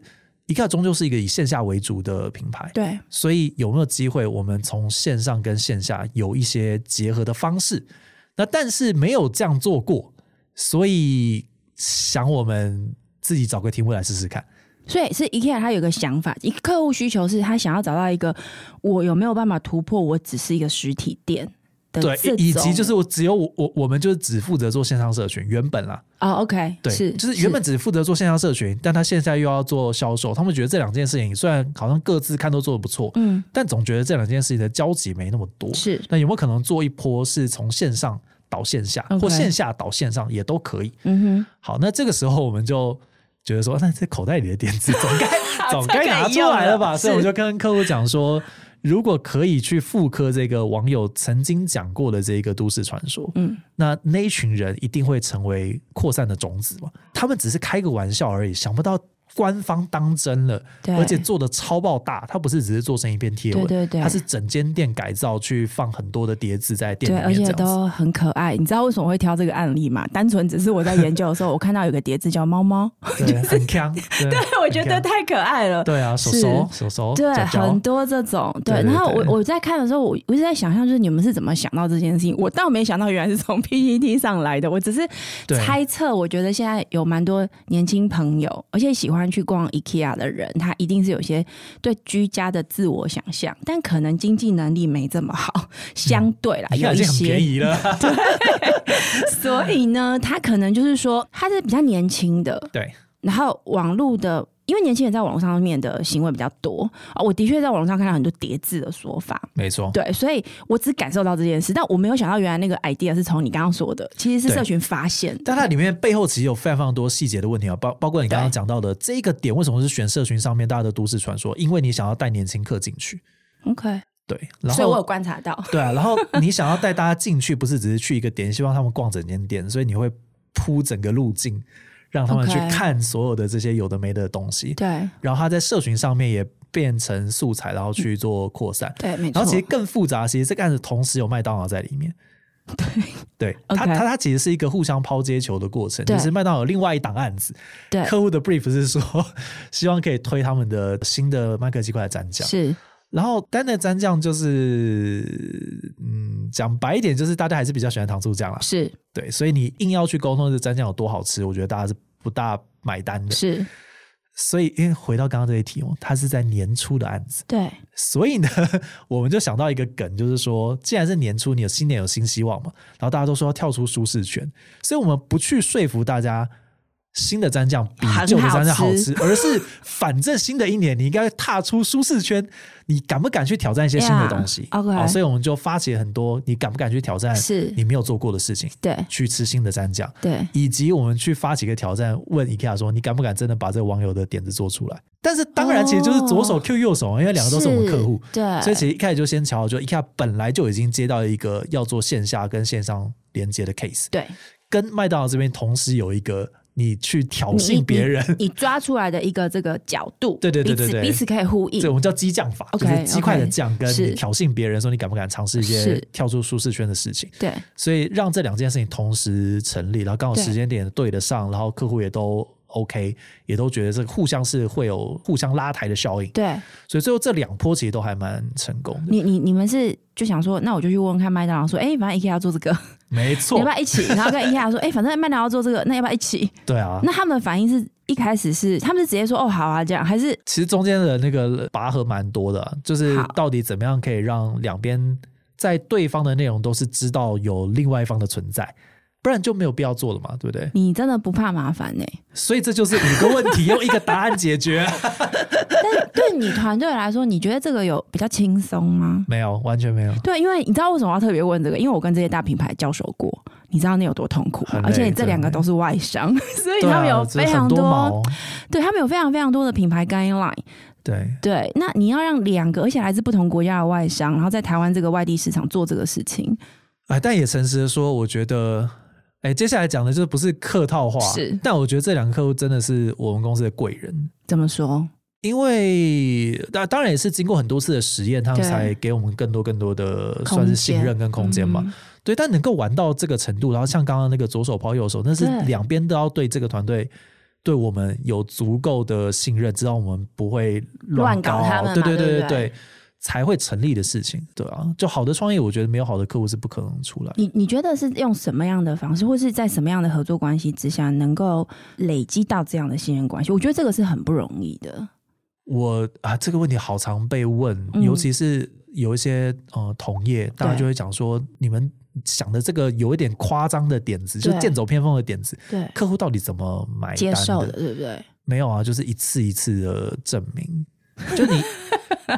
Speaker 3: IKEA 终究是一个以线下为主的品牌，
Speaker 2: 对，
Speaker 3: 所以有没有机会我们从线上跟线下有一些结合的方式？那但是没有这样做过，所以想我们自己找个题目来试试看。
Speaker 2: 所以是 IKEA 他有个想法，一客户需求是他想要找到一个我有没有办法突破，我只是一个实体店的
Speaker 3: 对
Speaker 2: 这，
Speaker 3: 以以及
Speaker 2: 呃种
Speaker 3: 就是我只有我我我们就是只负责做线上社群，原本啦，
Speaker 2: 哦，OK，
Speaker 3: 对，
Speaker 2: 是
Speaker 3: 就是原本只负责做线上社群，但他现在又要做销售，他们觉得这两件事情虽然好像各自看都做的不错，
Speaker 2: 嗯
Speaker 3: 但总觉得这两件事情的交集没那么多。
Speaker 2: 是
Speaker 3: 那有没有可能做一波是从线上导线下，
Speaker 2: OK
Speaker 3: 或线下导线上也都可以？
Speaker 2: 嗯
Speaker 3: 好，那这个时候我们就觉得说，啊那这口袋里的点子总 该总该拿出来了吧？
Speaker 2: 这
Speaker 3: 所以
Speaker 2: 个啊
Speaker 3: 我
Speaker 2: 也有了
Speaker 3: 就跟客户讲说，如果可以去复刻这个网友曾经讲过的这一个都市传说，
Speaker 2: 哼嗯
Speaker 3: 那那一群人一定会成为扩散的种子嘛？他们只是开个玩笑而已，想不到官方当真了，
Speaker 2: 对
Speaker 3: 而且做的超爆大。他不是只是做成一篇贴文，
Speaker 2: 对对对
Speaker 3: 他是整间店改造去放很多的碟子在店
Speaker 2: 对，
Speaker 3: 里
Speaker 2: 而
Speaker 3: 面这
Speaker 2: 且
Speaker 3: 样子。
Speaker 2: 都很可爱。你知道为什么会挑这个案例吗？单纯只是我在研究的时候，我看到有个碟子叫猫猫，
Speaker 3: 对，很强，对
Speaker 2: 对 我觉得
Speaker 3: 很强
Speaker 2: 太可爱了。
Speaker 3: 对啊，手
Speaker 2: 是
Speaker 3: 手手手，
Speaker 2: 对，
Speaker 3: 脚脚
Speaker 2: 很多这种对。
Speaker 3: 对对
Speaker 2: 然后我
Speaker 3: 对
Speaker 2: 我在看的时候，我我一直在想象，就是你们是怎么想到这件事情？我倒没想到原来是从 PPT 上来的，我只是
Speaker 3: 对
Speaker 2: 猜测。我觉得现在有蛮多年轻朋友，而且喜欢去逛 IKEA 的人，他一定是有些对居家的自我想象，但可能经济能力没这么好，相对啦，
Speaker 3: 嗯你
Speaker 2: 有
Speaker 3: 看
Speaker 2: 一
Speaker 3: 已经很
Speaker 2: 些
Speaker 3: 便宜了，
Speaker 2: 所以呢，他可能就是说他是比较年轻的，
Speaker 3: 对
Speaker 2: 然后网络的，因为年轻人在网络上面的行为比较多啊、我的确在网络上看到很多叠字的说法。
Speaker 3: 没错，
Speaker 2: 对，所以我只感受到这件事，但我没有想到原来那个 idea 是从你刚刚说的，其实是
Speaker 3: 对
Speaker 2: 社群发现的。
Speaker 3: 但它里面背后其实有非常非常多细节的问题啊，包包括你刚刚
Speaker 2: 对
Speaker 3: 讲到的这个点，为什么是选社群上面大家的都市传说？因为你想要带年轻客进去，
Speaker 2: OK，
Speaker 3: 对，然
Speaker 2: 所以我有
Speaker 3: 后
Speaker 2: 观察到，
Speaker 3: 对啊，然后你想要带大家进去，不是只是去一个点，希望他们逛整间店，所以你会铺整个路径，让他们去
Speaker 2: OK
Speaker 3: 看所有的这些有的没的东西，
Speaker 2: 对
Speaker 3: 然后他在社群上面也变成素材，然后去做扩散。
Speaker 2: 对，没错。
Speaker 3: 然后其实更复杂，其实这个案子同时有麦当劳在里面。对，对，它
Speaker 2: OK
Speaker 3: 它它其实是一个互相抛接球的过程。
Speaker 2: 对
Speaker 3: 就是麦当劳有另外一档案子，
Speaker 2: 对
Speaker 3: 客户的 brief 是说希望可以推他们的新的麦克鸡块的蘸酱。
Speaker 2: 是
Speaker 3: 然后丹的蘸酱就是，嗯，讲白一点就是大家还是比较喜欢糖醋酱啦。
Speaker 2: 是
Speaker 3: 对，所以你硬要去沟通这蘸酱有多好吃，我觉得大家是不大买单的。
Speaker 2: 是，
Speaker 3: 所以，因为回到刚刚这一题哦，它是在年初的案子。
Speaker 2: 对
Speaker 3: 所以呢， 我们就想到一个梗，就是说，既然是年初，你有新年有新希望嘛，然后大家都说要跳出舒适圈，所以我们不去说服大家新的蘸酱比旧的蘸酱好 吃，而是反正新的一年你应该踏出舒适圈，你敢不敢去挑战一些新的东西
Speaker 2: Yeah，OK
Speaker 3: 好所以我们就发起很多你敢不敢去挑战
Speaker 2: 是
Speaker 3: 你没有做过的事情，
Speaker 2: 对
Speaker 3: 去吃新的蘸酱。
Speaker 2: 对
Speaker 3: 以及我们去发起一个挑战，问 IKEA 说你敢不敢真的把这个网友的点子做出来？但是当然，其实就是左
Speaker 2: 哦
Speaker 3: 手 Q 右手嘛，因为两个都是我们客户，
Speaker 2: 对，
Speaker 3: 所以其实一开始就先瞧好，就 IKEA 本来就已经接到一个要做线下跟线上连接的 case，
Speaker 2: 对
Speaker 3: 跟麦当劳这边同时有一个你去挑
Speaker 2: 你
Speaker 3: 衅别人，
Speaker 2: 你抓出来的一个这个角度，
Speaker 3: 对对对
Speaker 2: 彼此
Speaker 3: 对对
Speaker 2: 彼此可以呼应
Speaker 3: 这，我们叫激将法
Speaker 2: OK，
Speaker 3: 就是鸡块的酱
Speaker 2: OK，
Speaker 3: 跟
Speaker 2: 是
Speaker 3: 你挑衅别人说你敢不敢尝试一些
Speaker 2: 是
Speaker 3: 跳出舒适圈的事情。
Speaker 2: 对
Speaker 3: 所以让这两件事情同时成立，然后刚好时间点对得上，然后客户也都 OK，也都觉得这个互相是会有互相拉抬的效应，
Speaker 2: 对
Speaker 3: 所以最后这两波其实都还蛮成功的。
Speaker 2: 你你你们是就想说，那我就去问问看麦当劳说，哎、反正 IKEA 要做这个，
Speaker 3: 没
Speaker 2: 你
Speaker 3: 错
Speaker 2: 要不，要一起？然后跟 IKEA 说，哎、反正麦当劳要做这个，那要不要一起？
Speaker 3: 对啊。
Speaker 2: 那他们的反应是一开始是他们是直接说，哦，好啊，这样，还是
Speaker 3: 其实中间的那个拔河蛮多的，啊就是
Speaker 2: 好
Speaker 3: 到底怎么样可以让两边在对方的内容都是知道有另外一方的存在，不然就没有必要做了嘛，对不对？
Speaker 2: 你真的不怕麻烦 呢、
Speaker 3: 所以这就是五个问题用一个答案 解决，
Speaker 2: 对你团队来说，你觉得这个有比较轻松吗？
Speaker 3: 没有，完全没有。
Speaker 2: 对，因为你知道为什么要特别问这个？因为我跟这些大品牌交手过，你知道那有多痛苦吗
Speaker 3: 很累
Speaker 2: 而且这两个都是外商， 所以
Speaker 3: 对
Speaker 2: 他
Speaker 3: 啊，
Speaker 2: 们有
Speaker 3: 这
Speaker 2: 非常
Speaker 3: 很
Speaker 2: 多，
Speaker 3: 毛，
Speaker 2: 对他们有非常非常多的品牌 guideline。
Speaker 3: 对，
Speaker 2: 对，那你要让两个，而且来自不同国家的外商，然后在台湾这个外地市场做这个事情，
Speaker 3: 哎，但也诚实的说，我觉得，哎，接下来讲的就是不是客套话，
Speaker 2: 是
Speaker 3: 但我觉得这两个客户真的是我们公司的贵人，
Speaker 2: 怎么说？
Speaker 3: 因为当当然也是经过很多次的实验，他们
Speaker 2: 对
Speaker 3: 才给我们更多更多的
Speaker 2: 空
Speaker 3: 算是
Speaker 2: 间
Speaker 3: 信任跟空间嘛。
Speaker 2: 嗯
Speaker 3: 对，但能够玩到这个程度，然后像刚刚那个左手抛右手，那是
Speaker 2: 对
Speaker 3: 两边都要对这个团队。对我们有足够的信任，知道我们不会
Speaker 2: 乱搞
Speaker 3: 搞
Speaker 2: 他们嘛
Speaker 3: 对对
Speaker 2: 对
Speaker 3: 对
Speaker 2: 不对
Speaker 3: 才会成立的事情，对啊，就好的创业，我觉得没有好的客户是不可能出来的。
Speaker 2: 你你觉得是用什么样的方式，或是在什么样的合作关系之下，能够累积到这样的信任关系？我觉得这个是很不容易的。
Speaker 3: 我啊，这个问题好常被问，
Speaker 2: 嗯
Speaker 3: 尤其是有一些呃同业，大家就会讲说，你们想的这个有一点夸张的点子，就
Speaker 2: 对
Speaker 3: 剑走偏锋的点子，
Speaker 2: 对，
Speaker 3: 客户到底怎么买单
Speaker 2: 接受的，对不对？
Speaker 3: 没有啊，就是一次一次的证明，就你。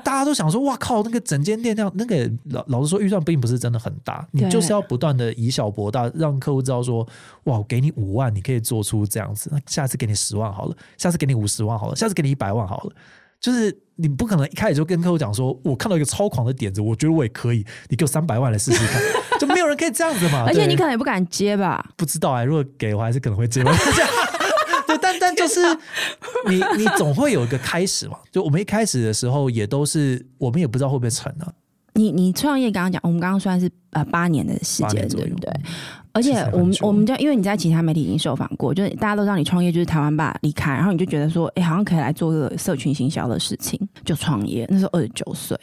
Speaker 3: 大家都想说，哇靠！那个整间店那样，那个老老实说，预算并不是真的很大，你
Speaker 2: 对
Speaker 3: 就是要不断的以小博大，让客户知道说，哇，我给你五万，你可以做出这样子，那下次给你十万好了，下次给你五十万好了，下次给你一百万好了，就是你不可能一开始就跟客户讲说，我看到一个超狂的点子，我觉得我也可以，你给我三百万来试试看，就没有人可以这样子 嘛。
Speaker 2: 而且
Speaker 3: 啊对
Speaker 2: 你可能也不敢接吧？
Speaker 3: 不知道哎、如果给我还是可能会接吻。 对，但但就是你你总会有一个开始嘛。就我们一开始的时候也都是，我们也不知道会不会成啊，
Speaker 2: 你你创业刚刚讲，我们刚刚算是呃八年的时
Speaker 3: 八
Speaker 2: 间，
Speaker 3: 年左
Speaker 2: 对
Speaker 3: 右嗯
Speaker 2: 不对？？而且
Speaker 3: 其实
Speaker 2: 我
Speaker 3: 很
Speaker 2: 们
Speaker 3: 久
Speaker 2: 我们就因为你在其他媒体已经受访过，就是大家都知道你创业就是台湾吧离开，然后你就觉得说，哎、好像可以来做个社群行销的事情，就创业。那时候二十九岁，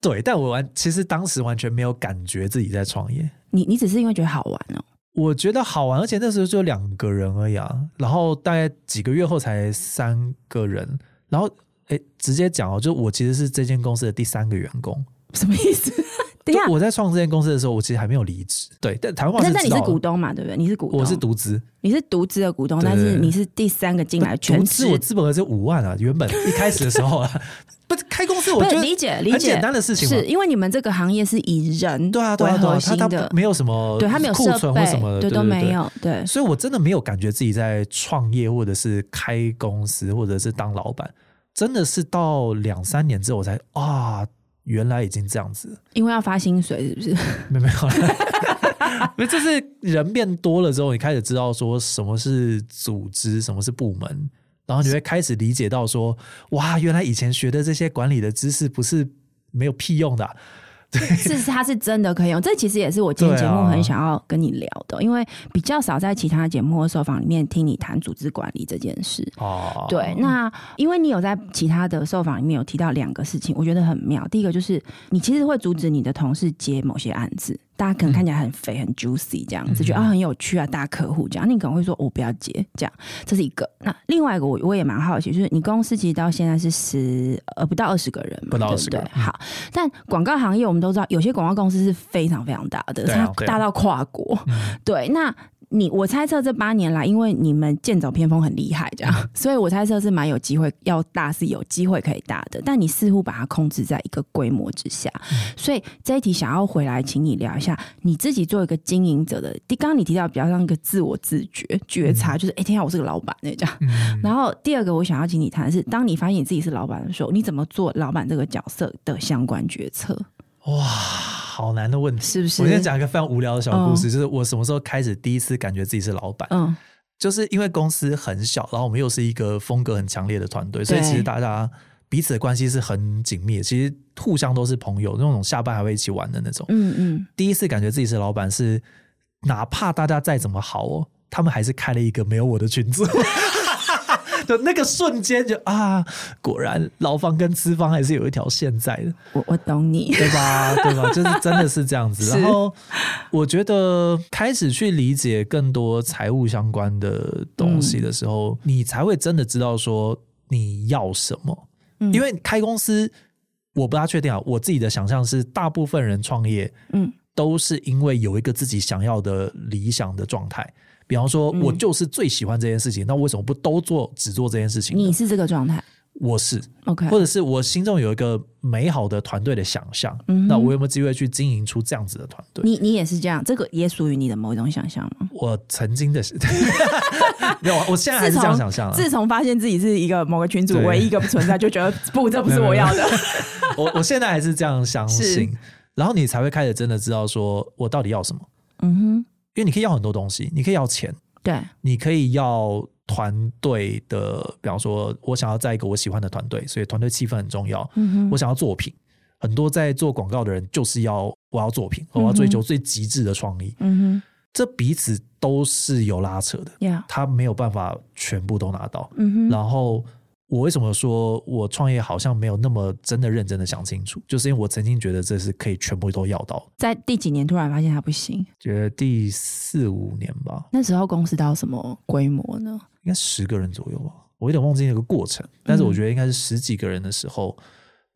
Speaker 3: 对，但我完其实当时完全没有感觉自己在创业，
Speaker 2: 你你只是因为觉得好玩哦、
Speaker 3: 我觉得好玩，而且那时候就两个人而已啊，然后大概几个月后才三个人，然后哎，诶直接讲哦，就我其实是这间公司的第三个员工。
Speaker 2: 什么意思？ 等一
Speaker 3: 就
Speaker 2: 下，
Speaker 3: 我在创这间公司的时候，我其实还没有离职。对，但台湾话
Speaker 2: 那
Speaker 3: 是
Speaker 2: 那
Speaker 3: 知
Speaker 2: 你是
Speaker 3: 道
Speaker 2: 股
Speaker 3: 的，
Speaker 2: 东嘛？对不对？你是股东，
Speaker 3: 我是独资。
Speaker 2: 你是独资的股东，
Speaker 3: 对
Speaker 2: 但
Speaker 3: 对对
Speaker 2: 是你是第三个进来全
Speaker 3: 投资我
Speaker 2: 职。
Speaker 3: 资本额只有五万啊，原本 一开始的时候啊， 不是开公司，我
Speaker 2: 不
Speaker 3: 觉
Speaker 2: 是
Speaker 3: 得
Speaker 2: 理解理
Speaker 3: 很
Speaker 2: 解
Speaker 3: 简单的事情嘛。
Speaker 2: 是因为你们这个行业是以人
Speaker 3: 对啊，对
Speaker 2: 为
Speaker 3: 啊，对
Speaker 2: 核
Speaker 3: 啊，他
Speaker 2: 心
Speaker 3: 他
Speaker 2: 的，
Speaker 3: 没有什么
Speaker 2: 对他没有
Speaker 3: 哦库
Speaker 2: 设
Speaker 3: 存
Speaker 2: 备
Speaker 3: 或什么的，对
Speaker 2: 都
Speaker 3: 对
Speaker 2: 没。有，对
Speaker 3: 对所以我真的没有感觉自己在创业，或者是开公司，或者是当老板，真的是到两三年之后我才啊，原来已经这样子了，
Speaker 2: 因为要发薪水，是不 是？
Speaker 3: 没有没有啦。没有，就是人变多了之后，你开始知道说什么是组织，什么是部门，然后你会开始理解到说，哇，原来以前学的这些管理的知识不是没有屁用的啊、
Speaker 2: 是它是真的可以用，这其实也是我今天节
Speaker 3: 啊
Speaker 2: 目很想要跟你聊的，因为比较少在其他节目或受访里面听你谈组织管理这件事。
Speaker 3: 哦，
Speaker 2: 对，那因为你有在其他的受访里面有提到两个事情，我觉得很妙。第一个就是你其实会阻止你的同事接某些案子，大家可能看起来很肥、很 juicy 这
Speaker 3: 嗯
Speaker 2: 样子，觉得啊很有趣啊，大客户这样，你可能会说我不要接这样，这是一个。那另外一个我我也蛮好奇，就是你公司其实到现在是十呃不到二十个人嘛，
Speaker 3: 不到
Speaker 2: 对
Speaker 3: 20个
Speaker 2: 对
Speaker 3: 人？嗯
Speaker 2: 好，但广告行业我们都知道，有些广告公司是非常非常大的，
Speaker 3: 对啊
Speaker 2: 它
Speaker 3: 对啊
Speaker 2: 大到跨国。
Speaker 3: 嗯
Speaker 2: 对，那你我猜测这八年来，因为你们剑走偏锋很厉害，这
Speaker 3: 嗯
Speaker 2: 样， 所以我猜测是蛮有机会要大是有机会可以大的，但你似乎把它控制在一个规模之下，
Speaker 3: 嗯
Speaker 2: 所以这一题想要回来，请你聊一下你自己做一个经营者的，第刚刚你提到比较像一个自我自觉觉察，就是哎、诶天啊，我是个老板那、这样。
Speaker 3: 嗯
Speaker 2: 然后第二个我想要请你谈的是，当你发现你自己是老板的时候，你怎么做老板这个角色的相关决策，
Speaker 3: 哇，好难的问题。
Speaker 2: 是不是？
Speaker 3: 我先讲一个非常无聊的小故事，
Speaker 2: 嗯
Speaker 3: 就是我什么时候开始第一次感觉自己是老板，
Speaker 2: 嗯，
Speaker 3: 就是因为公司很小，然后我们又是一个风格很强烈的团队，所以
Speaker 2: 对
Speaker 3: 其实大家彼此的关系是很紧密的，其实互相都是朋友，那种下班还会一起玩的那种。
Speaker 2: 嗯嗯
Speaker 3: 第一次感觉自己是老板是，哪怕大家再怎么好哦，他们还是开了一个没有我的群组。 就那个瞬间就啊，果然劳方跟资方还是有一条线在的，
Speaker 2: 我我懂你，
Speaker 3: 对 吧？对吧？就是真的是这样子。
Speaker 2: 是
Speaker 3: 然后我觉得开始去理解更多财务相关的东西的时候，你才会真的知道说你要什么。
Speaker 2: 嗯
Speaker 3: 因为开公司，我不大确定啊，我自己的想象是，大部分人创业
Speaker 2: 嗯
Speaker 3: 都是因为有一个自己想要的理想的状态。比方说，
Speaker 2: 嗯
Speaker 3: 我就是最喜欢这件事情，那为什么不都做只做这件事情呢？
Speaker 2: 你是这个状态
Speaker 3: 我是，
Speaker 2: ，OK，
Speaker 3: 或者是我心中有一个美好的团队的想象，
Speaker 2: 嗯哼
Speaker 3: 那我有没有机会去经营出这样子的团队？
Speaker 2: 你你也是这样，这个也属于你的某一种想象吗？
Speaker 3: 我曾经的是， 没有，我现在还是这样想象、啊。
Speaker 2: 自从发现自己是一个某个群组
Speaker 3: 对
Speaker 2: 唯一一个存在，就觉得不，这不是我要的。
Speaker 3: 我我现在还是这样相信
Speaker 2: 是，
Speaker 3: 然后你才会开始真的知道说我到底要什么，
Speaker 2: 嗯哼，
Speaker 3: 因为你可以要很多东西，你可以要钱，
Speaker 2: 对，
Speaker 3: 你可以要团队的，比方说，我想要在一个我喜欢的团队，所以团队气氛很重要。
Speaker 2: 嗯哼，
Speaker 3: 我想要作品，很多在做广告的人就是要我要作品，我要追求最极致的创意，
Speaker 2: 嗯
Speaker 3: 这彼此都是有拉扯的，
Speaker 2: 哼，Yeah，
Speaker 3: 他没有办法全部都拿到。
Speaker 2: 嗯哼，
Speaker 3: 然后我为什么说我创业好像没有那么真的认真的想清楚，就是因为我曾经觉得这是可以全部都要到的，
Speaker 2: 在第几年突然发现他不行，
Speaker 3: 觉得第四五年吧，
Speaker 2: 那时候公司到什么规模呢？
Speaker 3: 应该十个人左右吧，我有点忘记那个过程，但
Speaker 2: 嗯
Speaker 3: 是我觉得应该是十几个人的时候，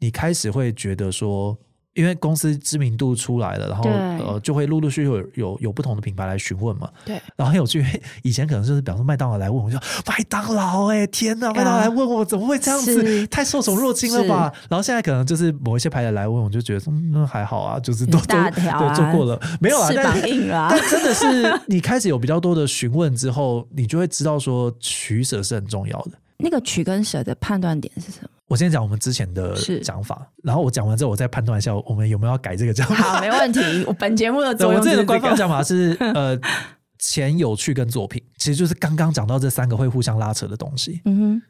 Speaker 3: 你开始会觉得说，因为公司知名度出来了，然后
Speaker 2: 对
Speaker 3: 呃就会陆陆续续有有有不同的品牌来询问嘛，
Speaker 2: 对，
Speaker 3: 然后很有趣，以前可能就是比方说麦当劳来问我就说麦当劳哎、天哪，
Speaker 2: 啊
Speaker 3: 麦当劳来问我怎么会这样子，
Speaker 2: 是
Speaker 3: 太受宠若惊了吧？然后现在可能就是某一些牌子来问，我就觉得嗯那还好啊，就是都都、
Speaker 2: 大条啊
Speaker 3: 对做过了，没有啊，
Speaker 2: 翅
Speaker 3: 但
Speaker 2: 膀硬了啊、
Speaker 3: 但真的是你开始有比较多的询问之后，你就会知道说取舍是很重要的。
Speaker 2: 那个取跟舍的判断点是什么？
Speaker 3: 我先讲我们之前的
Speaker 2: 是
Speaker 3: 讲法，然后我讲完之后，我再判断一下我们有没有要改这个讲法。
Speaker 2: 好，没问题。我本节目的
Speaker 3: 对
Speaker 2: 作
Speaker 3: 我
Speaker 2: 用
Speaker 3: 自己
Speaker 2: 就
Speaker 3: 的
Speaker 2: 是
Speaker 3: 官
Speaker 2: 这
Speaker 3: 方
Speaker 2: 个。
Speaker 3: 讲 法是呃，钱、有趣跟作品，其实就是刚刚讲到这三个会互相拉扯的东西。
Speaker 2: 嗯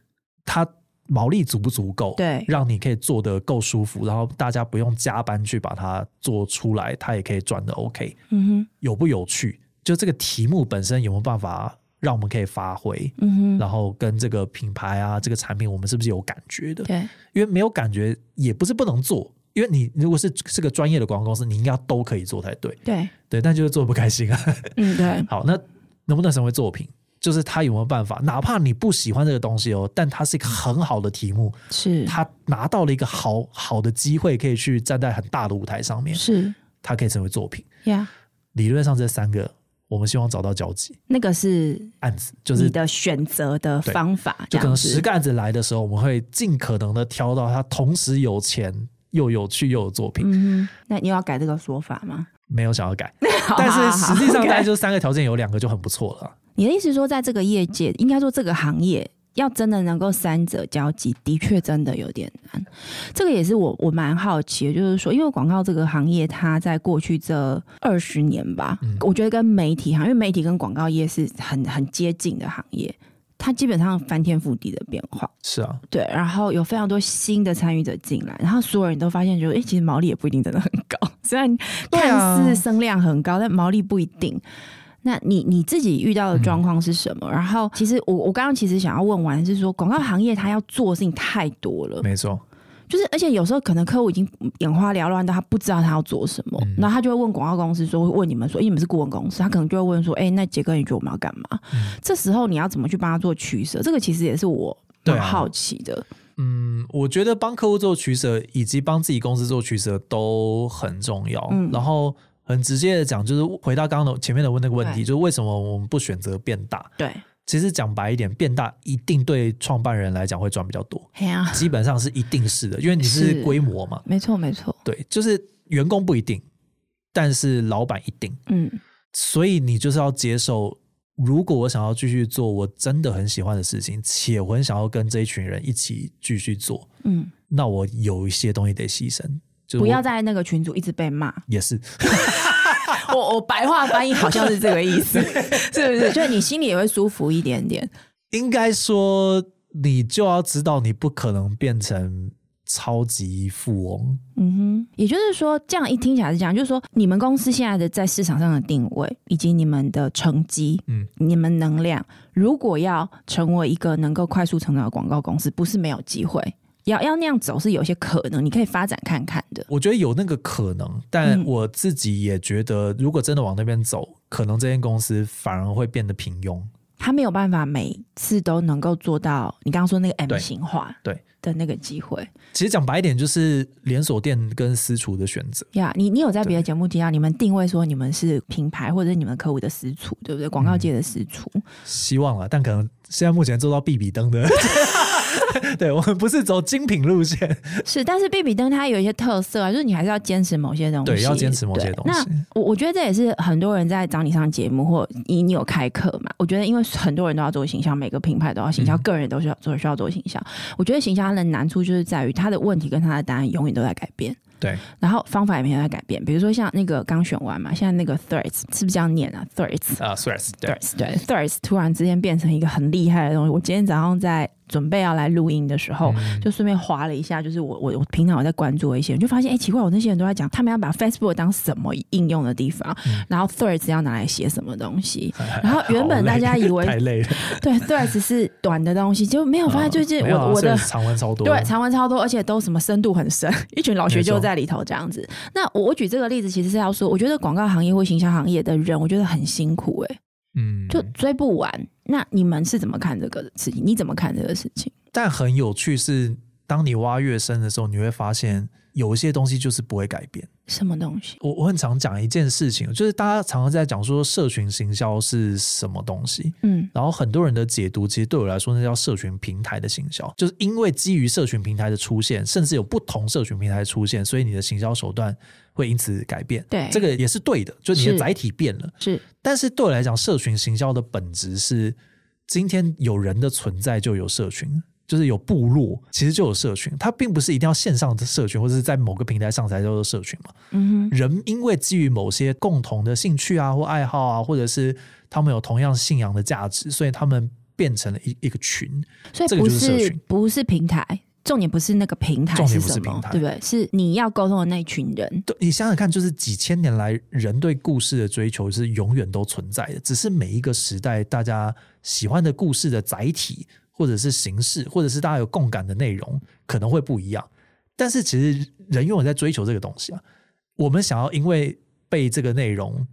Speaker 3: 它毛利足不足够？
Speaker 2: 对
Speaker 3: 让你可以做得够舒服，然后大家不用加班去把它做出来，它也可以赚得 OK。
Speaker 2: 哼，嗯哼，
Speaker 3: 有不有趣？就这个题目本身有没有办法让我们可以发挥？
Speaker 2: 嗯哼，
Speaker 3: 然后跟这个品牌啊，这个产品，我们是不是有感觉的？
Speaker 2: 对，
Speaker 3: 因为没有感觉也不是不能做，因为你如果是是个专业的广告公司，你应该都可以做才对，
Speaker 2: 对，
Speaker 3: 对，但就是做得不开心啊。
Speaker 2: 嗯对，
Speaker 3: 好，那能不能成为作品？就是它有没有办法，哪怕你不喜欢这个东西哦，但它是一个很好的题目，
Speaker 2: 是
Speaker 3: 它拿到了一个好好的机会，可以去站在很大的舞台上面，
Speaker 2: 是
Speaker 3: 它可以成为作品。
Speaker 2: 呀
Speaker 3: 理论上这三个，我们希望找到交集
Speaker 2: 那个是
Speaker 3: 案子，就是
Speaker 2: 你的选择的方法，这
Speaker 3: 就可
Speaker 2: 样
Speaker 3: 能十
Speaker 2: 子。
Speaker 3: 个案子来的时候，我们会尽可能的挑到它同时有钱又有趣又有作品，
Speaker 2: 嗯哼，那你有要改这个说法吗？
Speaker 3: 没有想 要改。
Speaker 2: 好
Speaker 3: 但
Speaker 2: 好
Speaker 3: 是
Speaker 2: 好
Speaker 3: 实际上，
Speaker 2: 啊 OK
Speaker 3: 大概就三个条件有两个就很不错了。
Speaker 2: 你的意思说，在这个业界，应该说这个行业，要真的能够三者交集，的确真的有点难。这个也是我我蛮好奇的，就是说，因为广告这个行业，它在过去这二十年吧，
Speaker 3: 嗯
Speaker 2: 我觉得跟媒体行，因为媒体跟广告业是很很接近的行业。它基本上翻天覆地的变化，
Speaker 3: 是啊，
Speaker 2: 对，然后有非常多新的参与者进来，然后所有人都发现，觉得哎，诶其实毛利也不一定真的很高，虽然
Speaker 3: 对啊
Speaker 2: 看似声量很高，但毛利不一定。那你你自己遇到的状况是什
Speaker 3: 嗯
Speaker 2: 么？然后，其实我我刚刚其实想要问完的是说，广告行业它要做的事情太多了，
Speaker 3: 没错，
Speaker 2: 就是而且有时候可能客户已经眼花缭乱到他不知道他要做什么，
Speaker 3: 嗯
Speaker 2: 然后他就会问广告公司说，会问你们说，因为你们是顾问公司，他可能就会问说，哎、那杰哥你觉得我们要干嘛？
Speaker 3: 嗯
Speaker 2: 这时候你要怎么去帮他做取舍？这个其实也是我
Speaker 3: 对
Speaker 2: 蛮
Speaker 3: 啊
Speaker 2: 好奇的。
Speaker 3: 嗯，我觉得帮客户做取舍以及帮自己公司做取舍都很重要。
Speaker 2: 嗯
Speaker 3: 然后很直接的讲，就是回到刚刚的前面的问那个问题，
Speaker 2: 对
Speaker 3: 就是为什么我们不选择变大？
Speaker 2: 对，
Speaker 3: 其实讲白一点，变大一定对创办人来讲会赚比较多，
Speaker 2: 嘿啊，
Speaker 3: 基本上是一定是的，因为你是
Speaker 2: 是
Speaker 3: 规模嘛。
Speaker 2: 没错没错，
Speaker 3: 对，就是员工不一定，但是老板一定，
Speaker 2: 嗯
Speaker 3: 所以你就是要接受。如果我想要继续做我真的很喜欢的事情，且我很想要跟这一群人一起继续做，
Speaker 2: 嗯，
Speaker 3: 那我有一些东西得牺牲，就是
Speaker 2: 不
Speaker 3: 我
Speaker 2: 要在那个群组一直被骂。
Speaker 3: 也是
Speaker 2: 我我白话翻译好像是这个意思， 是不是？就是你心里也会舒服一点点。
Speaker 3: 应该说，你就要知道你不可能变成超级富翁。
Speaker 2: 嗯哼，也就是说，这样一听起来是这样，就是说，你们公司现在的在市场上的定位，以及你们的成绩，
Speaker 3: 嗯，
Speaker 2: 你们能量，如果要成为一个能够快速成长的广告公司，不是没有机会，要要那样走是有些可能，你可以发展看看的。
Speaker 3: 我觉得有那个可能，但
Speaker 2: 嗯
Speaker 3: 我自己也觉得，如果真的往那边走，可能这间公司反而会变得平庸。
Speaker 2: 他没有办法每次都能够做到你刚刚说那个 M
Speaker 3: 对
Speaker 2: 型化
Speaker 3: 对
Speaker 2: 的那个机会
Speaker 3: 其实讲白一点，就是连锁店跟私厨的选择。
Speaker 2: 呀。你你有在别的
Speaker 3: 对
Speaker 2: 节目提到，你们定位说你们是品牌或者是你们客户的私厨，对不
Speaker 3: 嗯
Speaker 2: 对？广告界的私厨，
Speaker 3: 希望了，但可能现在目前做到必比登的， 对我们不是走精品路线，
Speaker 2: 是，但是比比登它有一些特色啊，就是你还是要坚持某些东西，
Speaker 3: 对，要坚持某些
Speaker 2: 对
Speaker 3: 东西
Speaker 2: 那。我我觉得这也是很多人在找你上节目，或你你有开课嘛？我觉得因为很多人都要做行销，每个品牌都要行销，
Speaker 3: 嗯
Speaker 2: 个人也都需要做需要做行销。我觉得行销它的难处就是在于它的问题跟它的答案永远都在改变。
Speaker 3: 对，
Speaker 2: 然后方法也没有在改变，比如说像那个刚选完嘛，现在那个 Threads 是不是这样念啊？Threads
Speaker 3: 啊 t h r e a s 对，
Speaker 2: Threads 对 Threads 突然之间变成一个很厉害的东西。我今天早上在准备要来录音的时候，
Speaker 3: 嗯
Speaker 2: 就顺便划了一下，就是我我我平常有在关注的一些人，就发现哎、诶奇怪，我那些人都在讲他们要把 Facebook 当什么应用的地方，
Speaker 3: 嗯
Speaker 2: 然后 Threads 要拿来写什么东 西，然后原本
Speaker 3: 好累
Speaker 2: 大家以为
Speaker 3: 太累了，
Speaker 2: 对 Threads 是短的东西，结果没有发现最近
Speaker 3: 嗯
Speaker 2: 我、
Speaker 3: 没有啊
Speaker 2: 我的
Speaker 3: 所以长文超多，
Speaker 2: 对，长文超多，而且都什么深度很深，一群老学
Speaker 3: 没
Speaker 2: 究
Speaker 3: 错
Speaker 2: 在里头这样子。那我我举这个例子，其实是要说，我觉得广告行业或行销行业的人，我觉得很辛苦、欸，
Speaker 3: 嗯，
Speaker 2: 就追不完。那你们是怎么看这个事情？你怎么看这个事情？
Speaker 3: 但很有趣是，当你挖越深的时候，你会发现有一些东西就是不会改变。
Speaker 2: 什么东西？
Speaker 3: 我我很常讲一件事情，就是大家常常在讲说社群行销是什么东西，
Speaker 2: 嗯
Speaker 3: 然后很多人的解读，其实对我来说，那叫社群平台的行销，就是因为基于社群平台的出现，甚至有不同社群平台的出现，所以你的行销手段会因此改变。
Speaker 2: 对
Speaker 3: 这个也是对的，就你
Speaker 2: 是
Speaker 3: 的载体变了。
Speaker 2: 是
Speaker 3: 但是对我来讲，社群行销的本质是，今天有人的存在就有社群，就是有部落，其实就有社群。它并不是一定要线上的社群，或者是在某个平台上才叫做社群嘛。
Speaker 2: 嗯哼，
Speaker 3: 人因为基于某些共同的兴趣啊或爱好啊，或者是他们有同样信仰的价值，所以他们变成了一一个群。
Speaker 2: 所
Speaker 3: 这
Speaker 2: 以
Speaker 3: 个
Speaker 2: 不
Speaker 3: 就是社
Speaker 2: 是
Speaker 3: 群
Speaker 2: 不是平台，重点不是那个平台
Speaker 3: 重点不
Speaker 2: 什
Speaker 3: 是
Speaker 2: 么
Speaker 3: 平，台
Speaker 2: 对不对？是你要沟通的那群人。
Speaker 3: 对你想想看，就是几千年来人对故事的追求是永远都存在的，只是每一个时代大家喜欢的故事的载体，或者是形式，或者是大家有共感的内容，可能会不一样。但是其实人永远在追求这个东西啊，我们想要因为被这个内容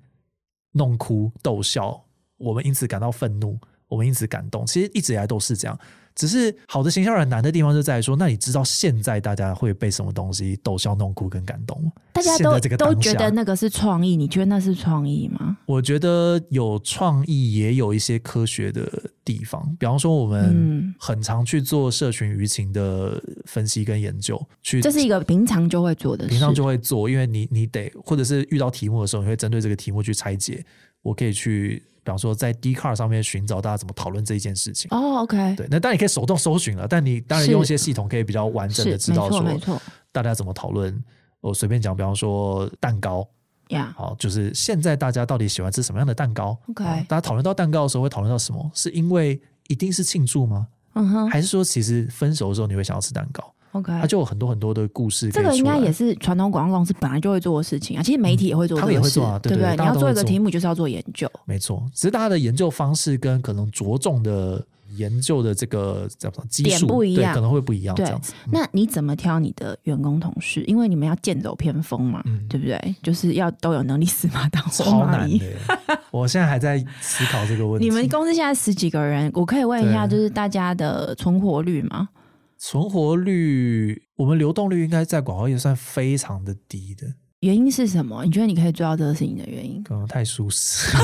Speaker 3: 弄哭、逗笑，我们因此感到愤怒，我们因此感动。其实一直以来都是这样，只是好的行销人难的地方就在于说，那你知道现在大家会被什么东西逗笑、弄哭跟感动吗？
Speaker 2: 大家
Speaker 3: 现
Speaker 2: 都
Speaker 3: 在这个
Speaker 2: 都
Speaker 3: 当下
Speaker 2: 觉得那个是创意，你觉得那是创意吗？
Speaker 3: 我觉得有创意，也有一些科学的地方。比方说，我
Speaker 2: 嗯
Speaker 3: 们很常去做社群舆情的分析跟研究，去
Speaker 2: 这是一个平常就会做的事，
Speaker 3: 平常就会做，因为你你得或者是遇到题目的时候，你会针对这个题目去拆解。我可以去，比方说在 d c a r 上面寻找大家怎么讨论这一件事情。
Speaker 2: 哦，OK，
Speaker 3: 对，那当然你可以手动搜寻了，但你当然
Speaker 2: 是
Speaker 3: 用一些系统可以比较完整
Speaker 2: 是
Speaker 3: 的知
Speaker 2: 没
Speaker 3: 道
Speaker 2: 错
Speaker 3: 说
Speaker 2: 没错
Speaker 3: 大家怎么讨论。我随便讲，比方说蛋糕，
Speaker 2: 呀。
Speaker 3: 好，就是现在大家到底喜欢吃什么样的蛋糕
Speaker 2: OK
Speaker 3: 好大家讨论到蛋糕的时候会讨论到什么？是因为一定是庆祝吗？
Speaker 2: 嗯哼
Speaker 3: 还是说其实分手的时候你会想要吃蛋糕？啊
Speaker 2: ，OK，
Speaker 3: 哎它就有很多很多的故事可
Speaker 2: 这
Speaker 3: 以出来。
Speaker 2: 个应该也是传统广告公司本来就会做的事情啊。其实媒体也会做
Speaker 3: 嗯
Speaker 2: 这
Speaker 3: 他
Speaker 2: 个
Speaker 3: 们
Speaker 2: 事，
Speaker 3: 也会做啊对
Speaker 2: 不
Speaker 3: 对
Speaker 2: 对？
Speaker 3: 对
Speaker 2: 你
Speaker 3: 大家
Speaker 2: 要
Speaker 3: 都
Speaker 2: 做一
Speaker 3: 会
Speaker 2: 个
Speaker 3: 做
Speaker 2: 题目，就是要做研究。
Speaker 3: 没错，只是大家的研究方式跟可能着重的研究的这个叫什么基
Speaker 2: 点
Speaker 3: 数
Speaker 2: 不一
Speaker 3: 对
Speaker 2: 样
Speaker 3: 可能会不一样这
Speaker 2: 对
Speaker 3: 样子。嗯
Speaker 2: 那你怎么挑你的员工同事？因为你们要剑走偏锋嘛，
Speaker 3: 嗯
Speaker 2: 对不对？就是要都有能力死马当活
Speaker 3: 超
Speaker 2: 马
Speaker 3: 难
Speaker 2: 医。
Speaker 3: 的，我现在还在思考这个问题。
Speaker 2: 你们公司现在十几个人，我可以问一下，就
Speaker 3: 对
Speaker 2: 是大家的存活率吗？
Speaker 3: 存活率，我们流动率应该在广告业算非常的低的，
Speaker 2: 原因是什么？你觉得你可以做到这个事情的原因？
Speaker 3: 可能啊太舒适。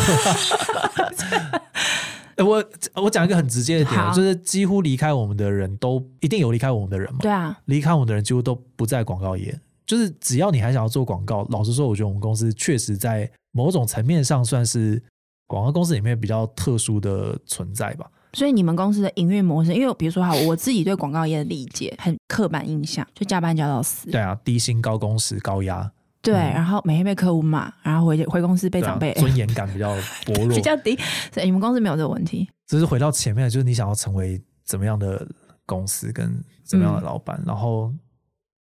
Speaker 3: 呃我我讲一个很直接的点
Speaker 2: 好
Speaker 3: 哦，就是几乎离开我们的人都一定有离开我们的人嘛，
Speaker 2: 对啊，
Speaker 3: 离开我们的人几乎都不在广告业。就是只要你还想要做广告，老实说，我觉得我们公司确实在某种层面上算是广告公司里面比较特殊的存在吧。
Speaker 2: 所以你们公司的营运模式，因为比如说哈，我自己对广告业的理解很刻板印象，就加班加到死，
Speaker 3: 对啊，低薪、高工时、高压，
Speaker 2: 对，
Speaker 3: 嗯
Speaker 2: 然后每天被客户骂，然后回回公司被
Speaker 3: 对
Speaker 2: 长
Speaker 3: 啊
Speaker 2: 辈、
Speaker 3: 尊严感比较薄弱，
Speaker 2: 比较低，
Speaker 3: 啊
Speaker 2: 所以你们公司没有这个问题。
Speaker 3: 就是回到
Speaker 2: 嗯
Speaker 3: 前面，就是你想要成为怎么样的公司跟怎么样的老板，然后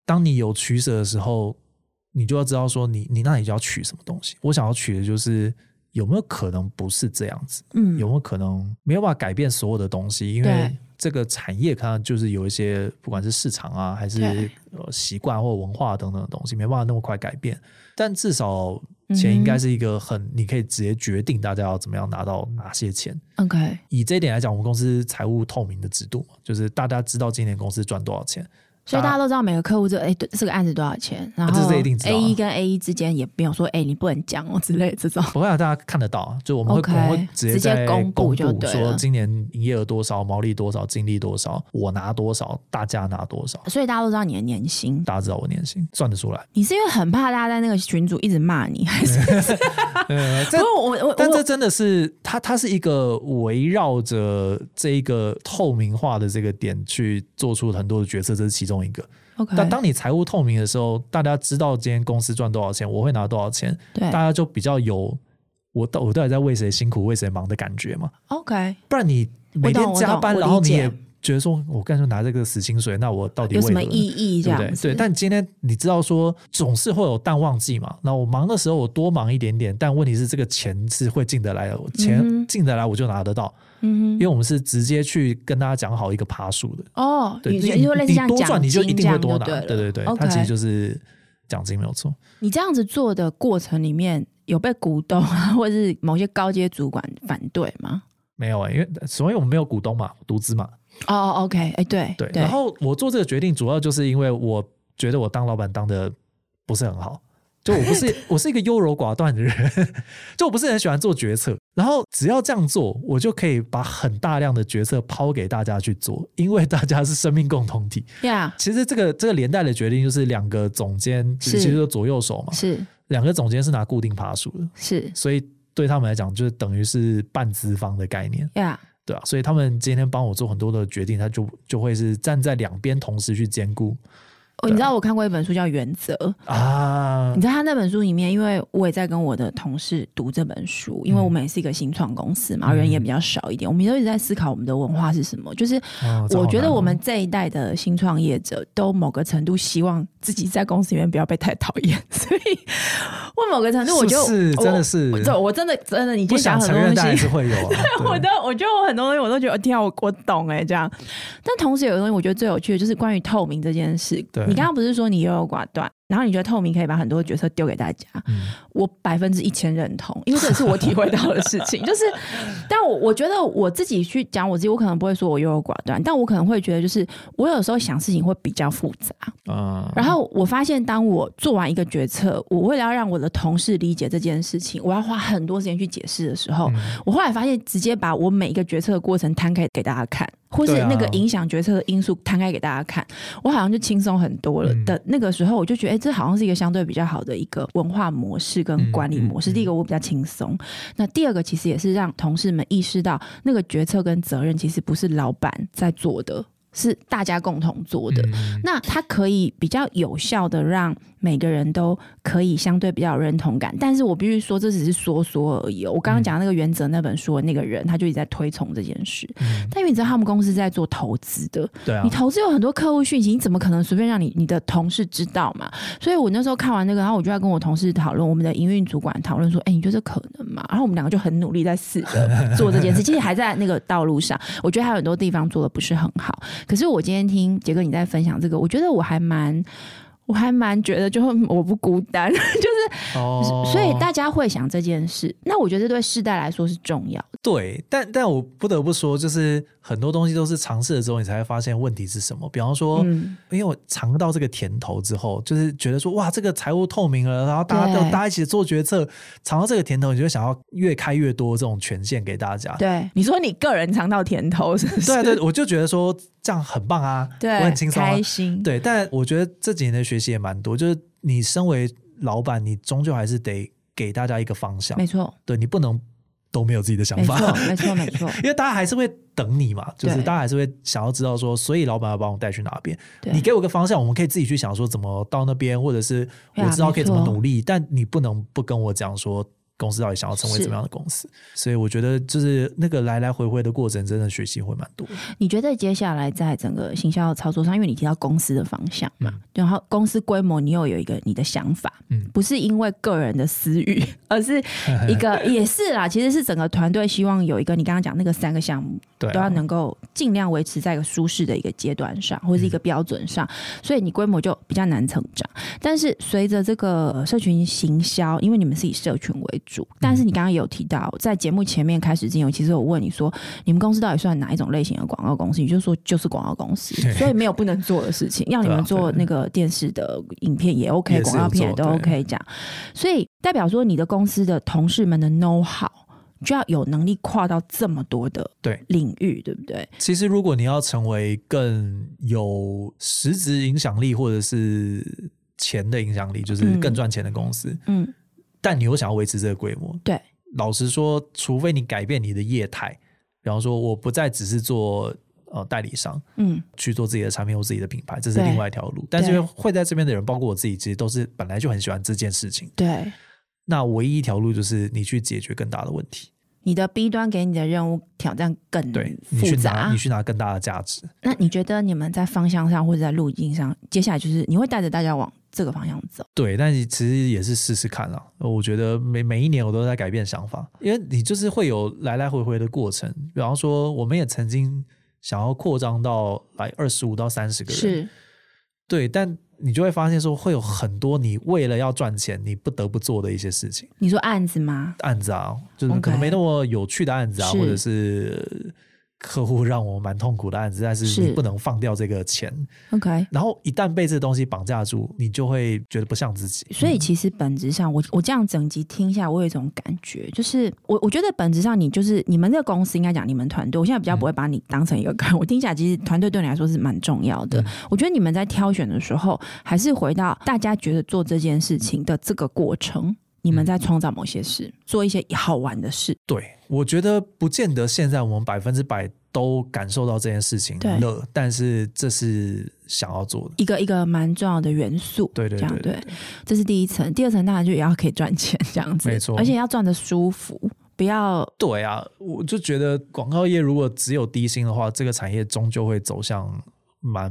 Speaker 3: 当你有取舍的时候，你就要知道说你你那你就要取什么东西。我想要取的就是有没有可能不是这样子，
Speaker 2: 嗯
Speaker 3: 有没有可能没有办法改变所有的东西，因为
Speaker 2: 对
Speaker 3: 这个产业它就是有一些不管是市场啊，还是
Speaker 2: 对
Speaker 3: 呃习惯或文化等等的东西，没办法那么快改变。但至少
Speaker 2: 嗯
Speaker 3: 钱应该是一个很、你可以直接决定大家要怎么样拿到哪些钱。
Speaker 2: ，OK，
Speaker 3: 以这一点来讲，我们公司财务透明的制度嘛，就是大家知道今年公司赚多少钱。
Speaker 2: 所以大家都知道每个客户这哎、对这个案子多少钱，然
Speaker 3: 这
Speaker 2: 后
Speaker 3: 是一定知道
Speaker 2: A
Speaker 3: 啊啊
Speaker 2: 一跟 A 一之间也没有说哎、你不能讲哦之类的这 种，
Speaker 3: 不会啊，大家看得到啊，就我们会
Speaker 2: OK，
Speaker 3: 我们会直接在
Speaker 2: 直接公布就对了
Speaker 3: 说今年营业额多少，毛利多少，净利多少，我拿多少，大家拿多少，
Speaker 2: 所以大家都知道你的年薪。
Speaker 3: 大家知道我年薪算得出来。
Speaker 2: 你是因为很怕大家在那个群组一直骂你，还是
Speaker 3: 呃，
Speaker 2: 不
Speaker 3: 这
Speaker 2: 是我我我
Speaker 3: 但这
Speaker 2: 我
Speaker 3: 真的是它，它是一个围绕着这一个透明化的这个点去做出很多的决策，这是其中一个。
Speaker 2: OK？
Speaker 3: 但当你财务透明的时候，大家知道今天公司赚多少钱，我会拿多少钱，
Speaker 2: 对
Speaker 3: 大家就比较有我到我到底在为谁辛苦为谁忙的感觉嘛。
Speaker 2: OK
Speaker 3: 不然你每
Speaker 2: 我
Speaker 3: 天
Speaker 2: 懂我
Speaker 3: 加
Speaker 2: 懂
Speaker 3: 班，
Speaker 2: 我
Speaker 3: 然后
Speaker 2: 理
Speaker 3: 你
Speaker 2: 解
Speaker 3: 也觉得说，我干脆拿这个死薪水，那我到底
Speaker 2: 有
Speaker 3: 为
Speaker 2: 什么
Speaker 3: 何呢
Speaker 2: 意义这
Speaker 3: 对不
Speaker 2: 样
Speaker 3: 对？
Speaker 2: 子？
Speaker 3: 对，但今天你知道说，总是会有淡旺季嘛。那我忙的时候，我多忙一点点，但问题是这个钱是会进得来的，我
Speaker 2: 嗯
Speaker 3: 钱
Speaker 2: 哼
Speaker 3: 进得来我就拿得到，
Speaker 2: 嗯
Speaker 3: 因为我们是直接去跟大家讲好一个爬数的。
Speaker 2: 哼，哦，
Speaker 3: 对，
Speaker 2: 你
Speaker 3: 你
Speaker 2: 你就类似
Speaker 3: 你
Speaker 2: 像
Speaker 3: 多赚，
Speaker 2: 奖
Speaker 3: 你就一
Speaker 2: 金这
Speaker 3: 定会
Speaker 2: 样
Speaker 3: 多
Speaker 2: 就
Speaker 3: 拿。
Speaker 2: 了
Speaker 3: 对对对，它其实
Speaker 2: OK，
Speaker 3: 就是奖金没有错。
Speaker 2: 你这样子做的过程里面有被鼓动啊， 或者是某些高阶主管反对吗？
Speaker 3: 没有啊、因为所以我们没有股东嘛，独资嘛，
Speaker 2: 哦哦，OK，哎，对
Speaker 3: 对。然后我做这个决定，主要就是因为我觉得我当老板当的不是很好，就我不是我是一个优柔寡断的人， 就我不是很喜欢做决策。然后只要这样做，我就可以把很大量的决策抛给大家去做，因为大家是生命共同体。
Speaker 2: 呀
Speaker 3: 其实这个这个连带的决定就是两个总监，其
Speaker 2: 是
Speaker 3: 实就是左右手嘛
Speaker 2: Yeah，，是
Speaker 3: 两个总监是拿固定爬数的，
Speaker 2: 是
Speaker 3: 所以对他们来讲就是等于是半资方的概念。
Speaker 2: 呀，
Speaker 3: 对啊，所以他们今天帮我做很多的决定，他就就会是站在两边同时去兼顾
Speaker 2: 哦，你知道我看过一本书叫《原则》，
Speaker 3: 啊
Speaker 2: 你。知道他那本书里面，因为我也在跟我的同事读这本书，因为我们也是一个新创公司嘛，
Speaker 3: 嗯
Speaker 2: 人也比较少一点，我们都一直在思考我们的文化是什么。就是
Speaker 3: 啊这好
Speaker 2: 我觉
Speaker 3: 难
Speaker 2: 得
Speaker 3: 哦
Speaker 2: 我们这一代的新创业者，都某个程度希望自己在公司里面不要被太讨厌，所以我某个程度我就是
Speaker 3: 不是真的
Speaker 2: 我
Speaker 3: 是
Speaker 2: 我我真的真的，你今
Speaker 3: 不
Speaker 2: 天讲
Speaker 3: 想
Speaker 2: 很多
Speaker 3: 承认，但
Speaker 2: 东
Speaker 3: 还
Speaker 2: 西
Speaker 3: 是。会有啊。 对
Speaker 2: 我都我觉得我很多东西我都觉得，天啊，我我懂哎、这样。但同时有个东西，我觉得最有趣的就是关于透明这件事。
Speaker 3: 对
Speaker 2: 你刚刚不是说你优柔寡断，然后你觉得透明可以把很多角色丢给大家，
Speaker 3: 嗯
Speaker 2: 我百分之一千认同，因为这也是我体会到的事情。就是，但我我觉得我自己去讲我自己，我可能不会说我优柔寡断，但我可能会觉得，就是我有时候想事情会比较复杂。
Speaker 3: 嗯，
Speaker 2: 然后我发现，当我做完一个决策，我为了要让我的同事理解这件事情，我要花很多时间去解释的时候，
Speaker 3: 嗯
Speaker 2: 我后来发现，直接把我每一个决策的过程摊开给大家看，或是
Speaker 3: 对啊
Speaker 2: 那个影响决策的因素摊开给大家看，我好像就轻松很多了。
Speaker 3: 嗯
Speaker 2: 的那个时候，我就觉得，哎、这好像是一个相对比较好的一个文化模式跟管理模式。
Speaker 3: 嗯嗯嗯
Speaker 2: 第一个，我比较轻松；那第二个，其实也是让同事们意识到，那个决策跟责任其实不是老板在做的，是大家共同做的。
Speaker 3: 嗯
Speaker 2: 那它可以比较有效的让每个人都可以相对比较有认同感，但是我必须说这只是说说而已哦。我刚刚讲那个原则那本书的那个人，他就一直在推崇这件事，
Speaker 3: 嗯
Speaker 2: 但因为你知道他们公司在做投资的，
Speaker 3: 对啊
Speaker 2: 你，投资有很多客户讯息，你怎么可能随便让你你的同事知道嘛？所以我那时候看完那个，然后我就在跟我同事讨论，我们的营运主管讨论说：“哎、你觉得这可能吗？”然后我们两个就很努力在试着做这件事，其实还在那个道路上。我觉得还有很多地方做的不是很好。可是我今天听杰哥你在分享这个，我觉得我还蛮。我还蛮觉得，就是我不孤单，
Speaker 3: 哦
Speaker 2: 所以大家会想这件事。那我觉得这对世代来说是重要的。
Speaker 3: 对，但但我不得不说，就是很多东西都是尝试了之后，你才会发现问题是什么。比方说，
Speaker 2: 嗯，
Speaker 3: 因为我尝到这个甜头之后，就是觉得说哇，这个财务透明了，然后大家都
Speaker 2: 对
Speaker 3: 大家一起做决策，尝到这个甜头，你就会想要越开越多这种权限给大家。
Speaker 2: 对，你说你个人尝到甜头是不是？
Speaker 3: 对啊对，我就觉得说这样很棒啊，
Speaker 2: 对，
Speaker 3: 我很轻松、啊
Speaker 2: 开。心。
Speaker 3: 对，但我觉得这几年的学习也蛮多，就是你身为老板，你终究还是得给大家一个方向
Speaker 2: 没，错，
Speaker 3: 对你不能都没有自己的想
Speaker 2: 没
Speaker 3: 法，
Speaker 2: 错，没错，没错。
Speaker 3: 因为大家还是会等你嘛，就是
Speaker 2: 对
Speaker 3: 大家还是会想要知道说，所以老板要把我带去哪边。
Speaker 2: 对
Speaker 3: 你给我个方向，我们可以自己
Speaker 2: 啊
Speaker 3: 去想说怎么到那边，或者是我知道可以怎么努力，但你不能不跟我讲说公司到底想要成为怎么样的公司。所以我觉得就是那个来来回回的过程，真的学习会蛮 多的。
Speaker 2: 你觉得接下来在整个行销的操作上，因为你提到公司的方向嘛，然后公司规模，你又有一个你的想法，
Speaker 3: 嗯
Speaker 2: 不是因为个人的私欲，而是
Speaker 3: 啊
Speaker 2: 一个
Speaker 3: 嗯
Speaker 2: 也是啦，其实是整个团队希望有一个你刚刚讲那个三个项目
Speaker 3: 对啊、
Speaker 2: 都要能够尽量维持在一个舒适的一个阶段上，或
Speaker 3: 嗯
Speaker 2: 是一个标准上，所以你规模就比较难成长。但是随着这个呃社群行销，因为你们是以社群为主，
Speaker 3: 嗯
Speaker 2: 但是你刚刚有提到，在节目前面开始之前，我其实我问你说，你们公司到底算哪一种类型的广告公司？你就说就是广告公司
Speaker 3: 对，
Speaker 2: 所以没有不能做的事情，让你们做那个电视的影片也 OK，
Speaker 3: 也是有
Speaker 2: 广告片也都
Speaker 3: 做对
Speaker 2: OK 这样，所以代表说你的公司的同事们的 know how。就要有能力跨到这么多的
Speaker 3: 对
Speaker 2: 领域，对不对？
Speaker 3: 其实，如果你要成为更有实质影响力，或者是钱的影响力，就是
Speaker 2: 嗯
Speaker 3: 更赚钱的公司，
Speaker 2: 嗯，
Speaker 3: 但你又想要维持这个规模，
Speaker 2: 对，
Speaker 3: 老实说，除非你改变你的业态，比方说，我不再只是做呃代理商，
Speaker 2: 嗯，
Speaker 3: 去做自己的产品或自己的品牌，这是
Speaker 2: 对
Speaker 3: 另外一条路。但是会在这边的人，包括我自己，其实都是本来就很喜欢这件事情。
Speaker 2: 对。
Speaker 3: 那唯一一条路就是你去解决更大的问题，
Speaker 2: 你的 B 端给你的任务挑战更
Speaker 3: 对你
Speaker 2: 嗯复
Speaker 3: 去拿
Speaker 2: 杂
Speaker 3: 你。去拿更大的价值。
Speaker 2: 那你觉得你们在方向上或者在路径上，接下来就是你会带着大家往这个方向走？
Speaker 3: 对，但是其实也是试试看啦。啊我觉得每每一年我都在改变想法，因为你就是会有来来回回的过程。比方说，我们也曾经想要扩张到来二十五到三十个人，
Speaker 2: 是
Speaker 3: 对，但你就会发现说，会有很多你为了要赚钱，你不得不做的一些事情，
Speaker 2: 你说案子吗？
Speaker 3: 案子啊，就是可
Speaker 2: OK
Speaker 3: 能没那么有趣的案子啊，
Speaker 2: 是
Speaker 3: 或者是客户让我蛮痛苦的案子，但是
Speaker 2: 是
Speaker 3: 你不能放掉这个钱。
Speaker 2: ？OK。
Speaker 3: 然后一旦被这东西绑架住，你就会觉得不像自己。嗯
Speaker 2: 所以其实本质上，我我这样整集听下来，我有一种感觉，就是我我觉得本质上你就是你们这个公司应该讲你们团队，我现在比
Speaker 3: 嗯
Speaker 2: 较不会把你当成一个个人，我听起来其实团队对你来说是蛮重要
Speaker 3: 嗯
Speaker 2: 的。我觉得你们在挑选的时候，还是回到大家觉得做这件事情的这个过程，你
Speaker 3: 嗯
Speaker 2: 们在创造某些事，做一些好玩的事。
Speaker 3: 对，我觉得不见得现在我们百分之百都感受到这件事情
Speaker 2: 对
Speaker 3: 乐，但是这是想要做的。
Speaker 2: 一个一个蛮重要的元素，
Speaker 3: 对对
Speaker 2: 这样
Speaker 3: 对对
Speaker 2: 对，这是第一层，第二层当然就也要可以赚钱这样子，
Speaker 3: 没错
Speaker 2: 而且要赚的舒服，不要
Speaker 3: 对啊，我就觉得广告业如果只有低薪的话，这个产业终究会走向蛮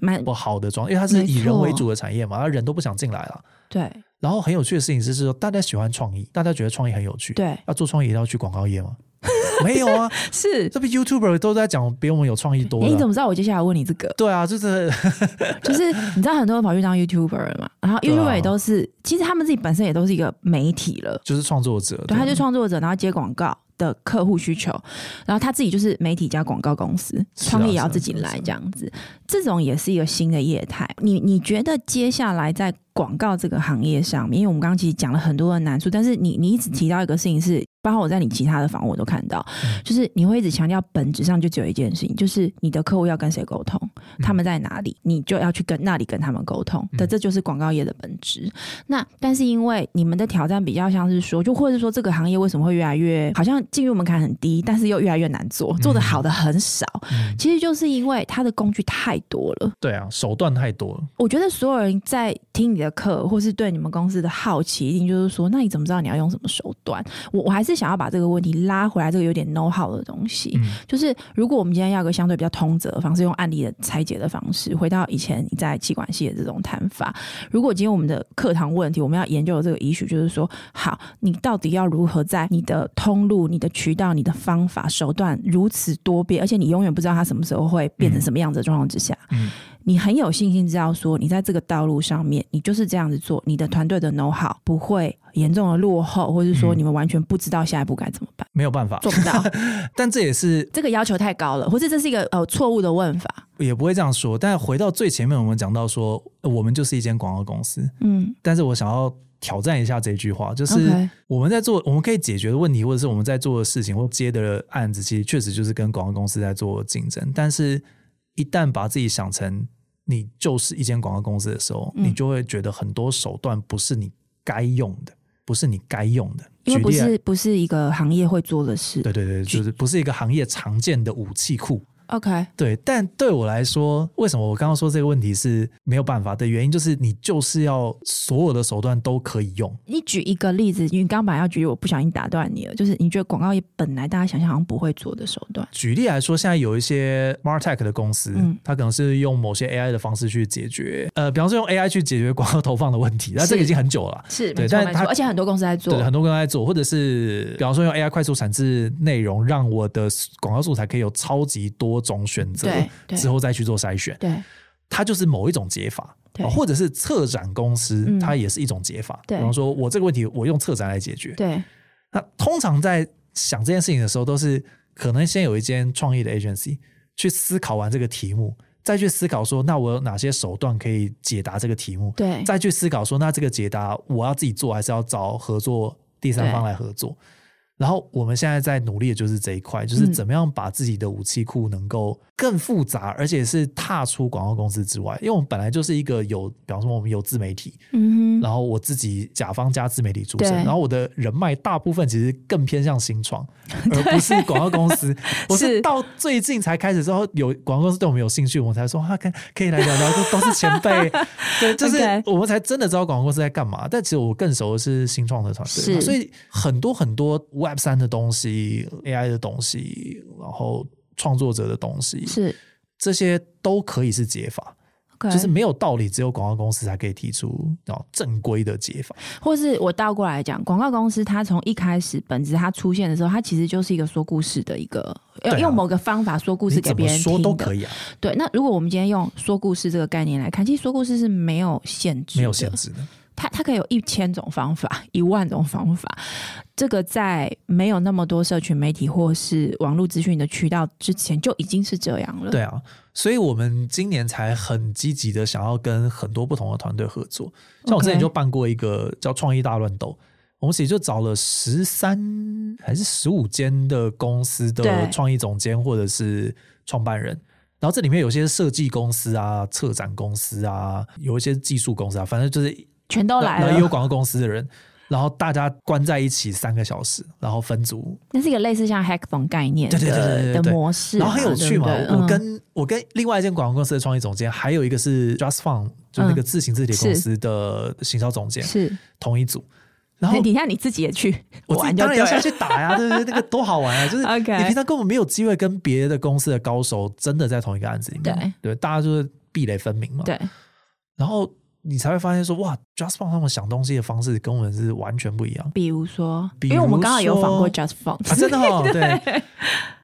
Speaker 2: 蛮
Speaker 3: 不好的状，因为它是以
Speaker 2: 没
Speaker 3: 人
Speaker 2: 错
Speaker 3: 为主的产业嘛，他人都不想进来了。
Speaker 2: 对
Speaker 3: 然后很有趣的事情是说，大家喜欢创意，大家觉得创意很有趣。，
Speaker 2: 对
Speaker 3: 要做创意一定要去广告业吗？ 没有啊，
Speaker 2: 是。
Speaker 3: 这不 YouTuber 都在讲比我们有创意多
Speaker 2: 哎，你
Speaker 3: 的
Speaker 2: 怎
Speaker 3: 啊。
Speaker 2: 么知道我接下来问你这 个？
Speaker 3: 对啊，就是
Speaker 2: 就是你知道很多人跑去当 YouTuber 了嘛，然后
Speaker 3: 对啊，
Speaker 2: YouTuber 也都是，其实他们自己本身也都是一个媒体了
Speaker 3: 就是创作者，
Speaker 2: 对，他就创作者，然后接广告的客户需求，然后他自己就是媒体加广告公司，
Speaker 3: 是啊
Speaker 2: 创意也
Speaker 3: 是啊
Speaker 2: 要自己
Speaker 3: 是啊
Speaker 2: 来
Speaker 3: 是啊
Speaker 2: 这样子，这种也是一个新的业态。你你觉得接下来在广告这个行业上面，因为我们刚刚其实讲了很多的难处，但是你你一直提到一个事情是，包括我在你其他的访问我都看到，就是你会一直强调本质上就只有一件事情，就是你的客户要跟谁沟通，他们在哪里，你就要去跟那里跟他们沟通的，
Speaker 3: 嗯
Speaker 2: 这就是广告业的本质。那但是因为你们的挑战比较像是说，就或者说这个行业为什么会越来越好像进入门槛很低，但是又越来越难做，做的好的很少，
Speaker 3: 嗯
Speaker 2: 其实就是因为它的工具太多了。
Speaker 3: 对啊，手段太多了。
Speaker 2: 我觉得所有人在听你的课，或是对你们公司的好奇，一定就是说，那你怎么知道你要用什么手段？我我还是想要把这个问题拉回来，这个有点 know how 的东西，
Speaker 3: 嗯
Speaker 2: 就是如果我们今天要有个相对比较通则的方式，用案例的拆解的方式，回到以前你在气管系的这种谈法，如果今天我们的课堂问题，我们要研究的这个 issue 就是说，好，你到底要如何在你的通路、你的渠道、你的方法手段如此多变，而且你永远不知道它什么时候会变成什么样子的状况之下，
Speaker 3: 嗯
Speaker 2: 你很有信心知道说，你在这个道路上面，你就是这样子做，你的团队的 know how 不会严重的落后，或是说
Speaker 3: 嗯
Speaker 2: 你们完全不知道下一步该怎么办，
Speaker 3: 没有办法，
Speaker 2: 做不到。
Speaker 3: 但这也是
Speaker 2: 这个要求太高了，或是这是一个呃错误的问法。
Speaker 3: 也不会这样说。但回到最前面，我们讲到说，呃我们就是一间广告公司，
Speaker 2: 嗯
Speaker 3: 但是我想要挑战一下这句话，就是啊
Speaker 2: OK
Speaker 3: 我们在做我们可以解决的问题，或者是我们在做的事情或接的案子，其实确实就是跟广告公司在做竞争。但是，一旦把自己想成你就是一间广告公司的时候，
Speaker 2: 嗯
Speaker 3: 你就会觉得很多手段不是你该用的，不是你该用的。
Speaker 2: 因为不
Speaker 3: 举例来
Speaker 2: 是不是一个行业会做的事
Speaker 3: 对对对，就是不是一个行业常见的武器库。
Speaker 2: OK，
Speaker 3: 对，但对我来说，为什么我刚刚说这个问题是没有办法的原因，就是你就是要所有的手段都可以用。
Speaker 2: 你举一个例子，因为刚本来要举，我不小心打断你了。就是你觉得广告业本来大家想象好像不会做的手段，
Speaker 3: 举例来说，现在有一些 Martech 的公司，
Speaker 2: 嗯
Speaker 3: 它可能是用某些 AI 的方式去解决，呃，比方说用 AI 去解决广告投放的问题，那这个
Speaker 2: 是
Speaker 3: 已经很久了。
Speaker 2: 是
Speaker 3: 对
Speaker 2: 没错
Speaker 3: 但
Speaker 2: 没
Speaker 3: 它
Speaker 2: 错，而且很多公司在做
Speaker 3: 对，。很多公司在做，或者是比方说用 AI 快速产制内容，让我的广告素材可以有超级多种选择
Speaker 2: 对，对
Speaker 3: 之后再去做筛选。
Speaker 2: 对
Speaker 3: 它就是某一种解法，
Speaker 2: 对
Speaker 3: 哦或者是策展公司，
Speaker 2: 嗯
Speaker 3: 它也是一种解法。
Speaker 2: 对
Speaker 3: 比方说，我这个问题我用策展来解决。
Speaker 2: 对
Speaker 3: 那通常在想这件事情的时候，都是可能先有一间创意的 agency 去思考完这个题目，再去思考说，那我有哪些手段可以解答这个题目，
Speaker 2: 对
Speaker 3: 再去思考说，那这个解答我要自己做，还是要找合作第三方
Speaker 2: 对
Speaker 3: 来合作？然后我们现在在努力的就是这一块，就是
Speaker 2: 嗯
Speaker 3: 怎么样把自己的武器库能够更复杂，而且是踏出广告公司之外。因为我们本来就是一个有，比方说我们有自媒体，
Speaker 2: 嗯哼，
Speaker 3: 然后我自己甲方加自媒体出身，
Speaker 2: 对
Speaker 3: 然后我的人脉大部分其实更偏向 新创，而不是广告公司。我是
Speaker 2: 是
Speaker 3: 到最近才开始之后，有广告公司对我们有兴趣，我们才说啊，可以可以来聊聊，这都是前 辈，对，就是
Speaker 2: OK
Speaker 3: 我们才真的知道广告公司在干嘛。但其实我更熟的是新创的团队
Speaker 2: 是
Speaker 3: 嘛，所以很多很多 Web 三的东西、AI 的东西，然后创作者的东西，
Speaker 2: 是
Speaker 3: 这些都可以是解法。
Speaker 2: OK，
Speaker 3: 就是没有道理，只有广告公司才可以提出哦正规的解法。
Speaker 2: 或是我倒过来讲，广告公司它从一开始本质它出现的时候，它其实就是一个说故事的一个，
Speaker 3: 对啊
Speaker 2: 用某个方法说故
Speaker 3: 你
Speaker 2: 事给
Speaker 3: 怎
Speaker 2: 别
Speaker 3: 么
Speaker 2: 人
Speaker 3: 说
Speaker 2: 听
Speaker 3: 都
Speaker 2: 的
Speaker 3: 可以啊，
Speaker 2: 对，那如果我们今天用说故事这个概念来看，其实说故事是没有限制，
Speaker 3: 没有限，制的。
Speaker 2: 它它可以有一千种方法，一万种方法。这个在没有那么多社群媒体或是网络资讯的渠道之前，就已经是这样了。
Speaker 3: 对啊，所以我们今年才很积极的想要跟很多不同的团队合作。像我之前
Speaker 2: OK
Speaker 3: 就办过一个叫“创意大乱斗”，我们其实就找了十三还是十五间的公司的
Speaker 2: 对
Speaker 3: 创意总监或者是创办人。然后这里面有些设计公司啊、策展公司啊，有一些技术公司啊，反正就是
Speaker 2: 全都来
Speaker 3: 然后也有
Speaker 2: 了。
Speaker 3: 广告公司的人，然后大家关在一起三个小时，然后分组，
Speaker 2: 那是一个类似像 hackathon 概念的
Speaker 3: 对对对对对对
Speaker 2: 的模式嘛，
Speaker 3: 然后很有趣嘛。
Speaker 2: 对不对
Speaker 3: 我
Speaker 2: 嗯
Speaker 3: 跟我跟另外一间广告公司的创意总监，还有一个是 Just Fun，就那个自行字体公司的行销总监，
Speaker 2: 嗯是，
Speaker 3: 同一组。然后
Speaker 2: 等一下你自己也去
Speaker 3: 我自
Speaker 2: 玩
Speaker 3: 己
Speaker 2: 就
Speaker 3: 当然
Speaker 2: 对
Speaker 3: 要下
Speaker 2: 了。
Speaker 3: 去打呀，对对对，那个多好玩啊！就 是
Speaker 2: OK
Speaker 3: 你平常根本没有机会跟别的公司的高手真的在同一个案子里面，对，大家就是壁垒分明嘛。
Speaker 2: 对，
Speaker 3: 然后你才会发现说，哇，Just Fun 他们想东西的方式跟我们是完全不一样。
Speaker 2: 比如说，
Speaker 3: 比
Speaker 2: 因为我们
Speaker 3: 如
Speaker 2: 刚好有访
Speaker 3: 说
Speaker 2: 过 Just Fun，、
Speaker 3: 啊，真 的哦，对。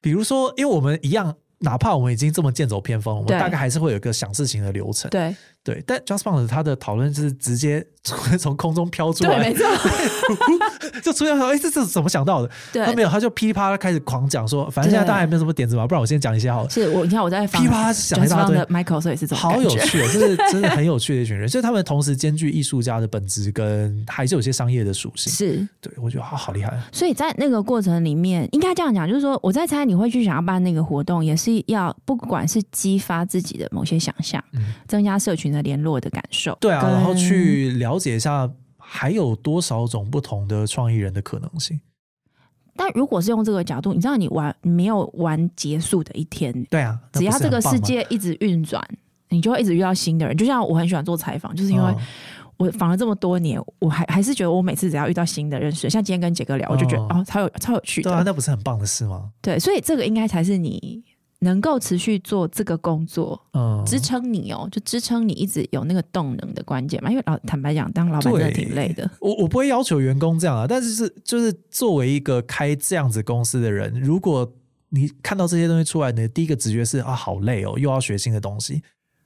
Speaker 3: 比如说，因为我们一样，哪怕我们已经这么剑走偏锋，我们
Speaker 2: 对
Speaker 3: 大概还是会有一个想事情的流程。
Speaker 2: 对
Speaker 3: 对，但 Just Fun 他的讨论是直接从 空中飘出
Speaker 2: 对，
Speaker 3: 来
Speaker 2: 没，错，
Speaker 3: 就出现说，哎，这是怎么想到的？他没
Speaker 2: 对，
Speaker 3: 有，他就噼里啪啦开始狂讲说，反正现在大家也没有什么点子嘛，不然我先讲一下好了。
Speaker 2: 是我你看我在访
Speaker 3: 噼啪想一
Speaker 2: Just
Speaker 3: 大
Speaker 2: Fun
Speaker 3: 堆
Speaker 2: 的 Michael，所以是这种
Speaker 3: 好
Speaker 2: 感
Speaker 3: 有
Speaker 2: 觉
Speaker 3: 趣哦，就是真的很有趣的一群人，所以他们同时兼具艺术家的本质跟还是有些商业的属性。
Speaker 2: 是，
Speaker 3: 对，我觉得他好厉害。
Speaker 2: 所以在那个过程里面，应该这样讲，就是说我在猜你会去想要办那个活动，也是要不管是激发自己的某些想象，
Speaker 3: 嗯
Speaker 2: 增加社群的联络的感受，
Speaker 3: 对啊，
Speaker 2: 跟
Speaker 3: 然后去了解一下还有多少种不同的创意人的可能性。
Speaker 2: 但如果是用这个角度，你知道你玩你没有玩结束的一天，
Speaker 3: 对啊，那
Speaker 2: 只要
Speaker 3: 不是
Speaker 2: 这
Speaker 3: 很
Speaker 2: 个
Speaker 3: 棒
Speaker 2: 世
Speaker 3: 吗
Speaker 2: 界一直运转，你就会一直遇到新的人。就像我很喜欢做采访，就是因为
Speaker 3: 嗯
Speaker 2: 我访了这么多年，我还还是觉得我每次只要遇到新的认识的，像今天跟杰哥聊，我就觉得
Speaker 3: 嗯
Speaker 2: 哦，超有超有趣
Speaker 3: 对啊，
Speaker 2: 的。
Speaker 3: 那不是很棒的事吗？
Speaker 2: 对，所以这个应该才是你能够持续做这个工作，
Speaker 3: 嗯，
Speaker 2: 支撑你哦，就支撑你一直有那个动能的关键嘛。因为老坦白讲，当老板真的挺累的。
Speaker 3: 我我不会要求员工这样啊，但是是就是作为一个开这样子公司的人，如果你看到这些东西出来，你的第一个直觉是啊，好累哦，又要学新的东西。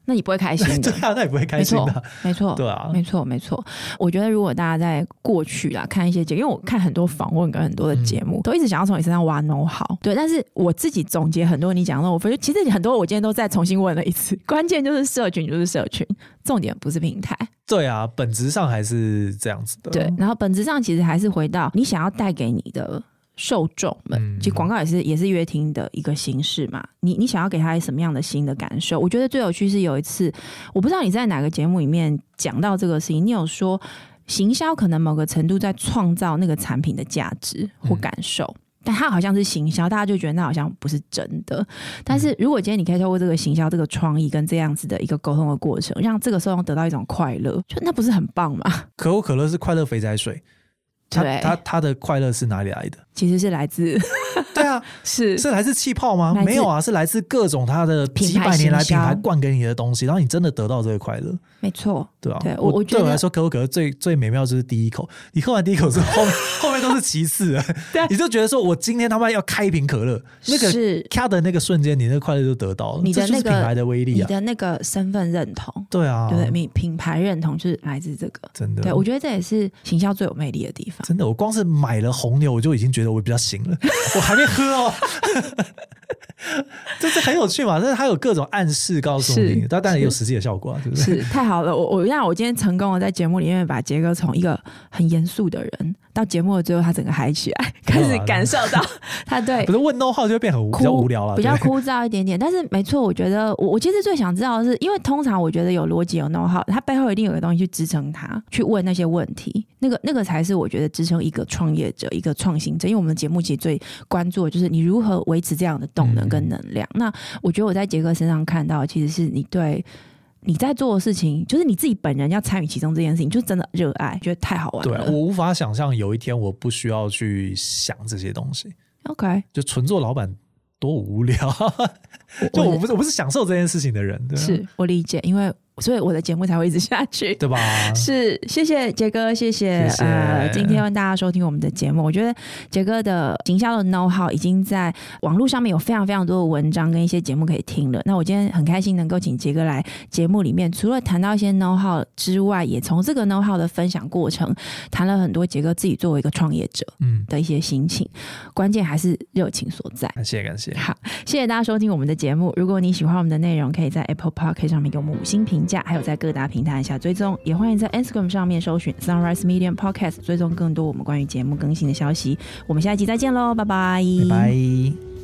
Speaker 2: 那你不会开 心
Speaker 3: 对
Speaker 2: 的，
Speaker 3: 啊，那也不会开
Speaker 2: 没
Speaker 3: 心
Speaker 2: 错嗯
Speaker 3: 的啊、，
Speaker 2: 没错，
Speaker 3: 对啊
Speaker 2: 没错，没错。我觉得如果大家在过去啦看一些节，因为我看很多访问跟很多的节
Speaker 3: 嗯
Speaker 2: 目，都一直想要从你身上挖 know how。对，但是我自己总结很多你讲的，我发现其实很多我今天都再重新问了一次，关键就是社群就是社群，重点不是平台。
Speaker 3: 对啊，本质上还是这样子的。
Speaker 2: 对，然后本质上其实还是回到你想要带给你的。受众们，
Speaker 3: 嗯
Speaker 2: 其实广告也是也是约听的一个形式嘛。你你想要给他什么样的新的感受？我觉得最有趣是有一次，我不知道你在哪个节目里面讲到这个事情，你有
Speaker 3: 嗯
Speaker 2: 说行销可能某个程度在创造那个产品的价值或感受，但它好像是行销，大家就觉得那好像不是真的。但
Speaker 3: 嗯
Speaker 2: 是如果今天你可以透过这个行销、这个创意跟这样子的一个沟通的过程，让这个受众得到一种快乐，就那不是很棒吗？
Speaker 3: 可口可乐是快乐肥宅水，它
Speaker 2: 对
Speaker 3: 它它的快乐是哪里来的？
Speaker 2: 其实是来 自
Speaker 3: 对啊，
Speaker 2: 是
Speaker 3: 是来自气泡吗？
Speaker 2: 来自
Speaker 3: 没有啊，是来自各种它的
Speaker 2: 品
Speaker 3: 几
Speaker 2: 牌
Speaker 3: 百年来品
Speaker 2: 行销
Speaker 3: 牌灌给你的东西，然后你真的得到这个快乐，
Speaker 2: 没错，
Speaker 3: 对吧、啊？
Speaker 2: 对我我觉
Speaker 3: 对我
Speaker 2: 得
Speaker 3: 来说，可口可乐最最美妙就是第一口，你喝完第一口之后，后 面后面都是其次的
Speaker 2: 对，啊
Speaker 3: 你就觉得说我今天他妈要开一瓶可乐，那个
Speaker 2: 是
Speaker 3: 咔的那个瞬间，你那个快乐就得到了，
Speaker 2: 你的
Speaker 3: 这就是
Speaker 2: 那个
Speaker 3: 品牌的威力
Speaker 2: 你
Speaker 3: 啊，
Speaker 2: 的那个身份认同，
Speaker 3: 对啊，
Speaker 2: 对不对？你品牌认同就是来自这个。
Speaker 3: 真的，
Speaker 2: 对，我觉得这也是行销最有魅力的地方。
Speaker 3: 真的，我光是买了红牛，我就已经觉得我比较行了，我还没喝哦。 就是很有趣嘛，但是它有各种暗示告诉你
Speaker 2: 是，
Speaker 3: 但当然也有
Speaker 2: 是
Speaker 3: 实际的效果啊，对不对？
Speaker 2: 是太好了，我我让我今天成功的在节目里面把杰哥从一个很严肃的人，到节目的最后他整个嗨起来，开始感受 到他对
Speaker 3: 不是问 no 号就会变很无比较
Speaker 2: 枯
Speaker 3: 无聊了，
Speaker 2: 比较
Speaker 3: 对
Speaker 2: 枯燥一点点。但是没错，我觉得我我其实最想知道的是，因为通常我觉得有逻辑有 know how，它背后一定有个东西去支撑它，去问那些问题，那个那个才是我觉得支撑一个创业者、一个创新者。因为我们的节目其实最关注的就是你如何维持这样的动能
Speaker 3: 嗯
Speaker 2: 跟能量。那我觉得我在杰哥身上看到，其实是你对。你在做的事情，就是你自己本人要参与其中这件事情，就真的热爱，觉得太好玩
Speaker 3: 对啊
Speaker 2: 了。
Speaker 3: 我无法想象有一天我不需要去想这些东西，
Speaker 2: o k
Speaker 3: 就纯做老板多无聊。 就
Speaker 2: 我
Speaker 3: 我不是我不是享受这件事情的人，对啊
Speaker 2: 是我理解，因为所以我的节目才会一直下去。
Speaker 3: 对吧？
Speaker 2: 是，谢谢杰哥，谢谢
Speaker 3: 谢谢
Speaker 2: 呃，今天大家收听我们的节目。我觉得杰哥的行销的 know how 已经在网络上面有非常非常多的文章跟一些节目可以听了。那我今天很开心能够请杰哥来节目里面，除了谈到一些 know how 之外，也从这个 know how 的分享过程，谈了很多杰哥自己作为一个创业者
Speaker 3: 嗯，
Speaker 2: 的一些心情。关键还是热情所在。
Speaker 3: 感谢感谢，
Speaker 2: 好，谢谢大家收听我们的节目。如果你喜欢我们的内容，可以在 Apple Park 上面给我们五星评价，还有在各大平台按下追踪，也欢迎在 Instagram 上面搜寻 Sunrise Medium Podcast，追踪更多我们关于节目更新的消息。我们下一集再见喽，拜拜，
Speaker 3: 拜拜。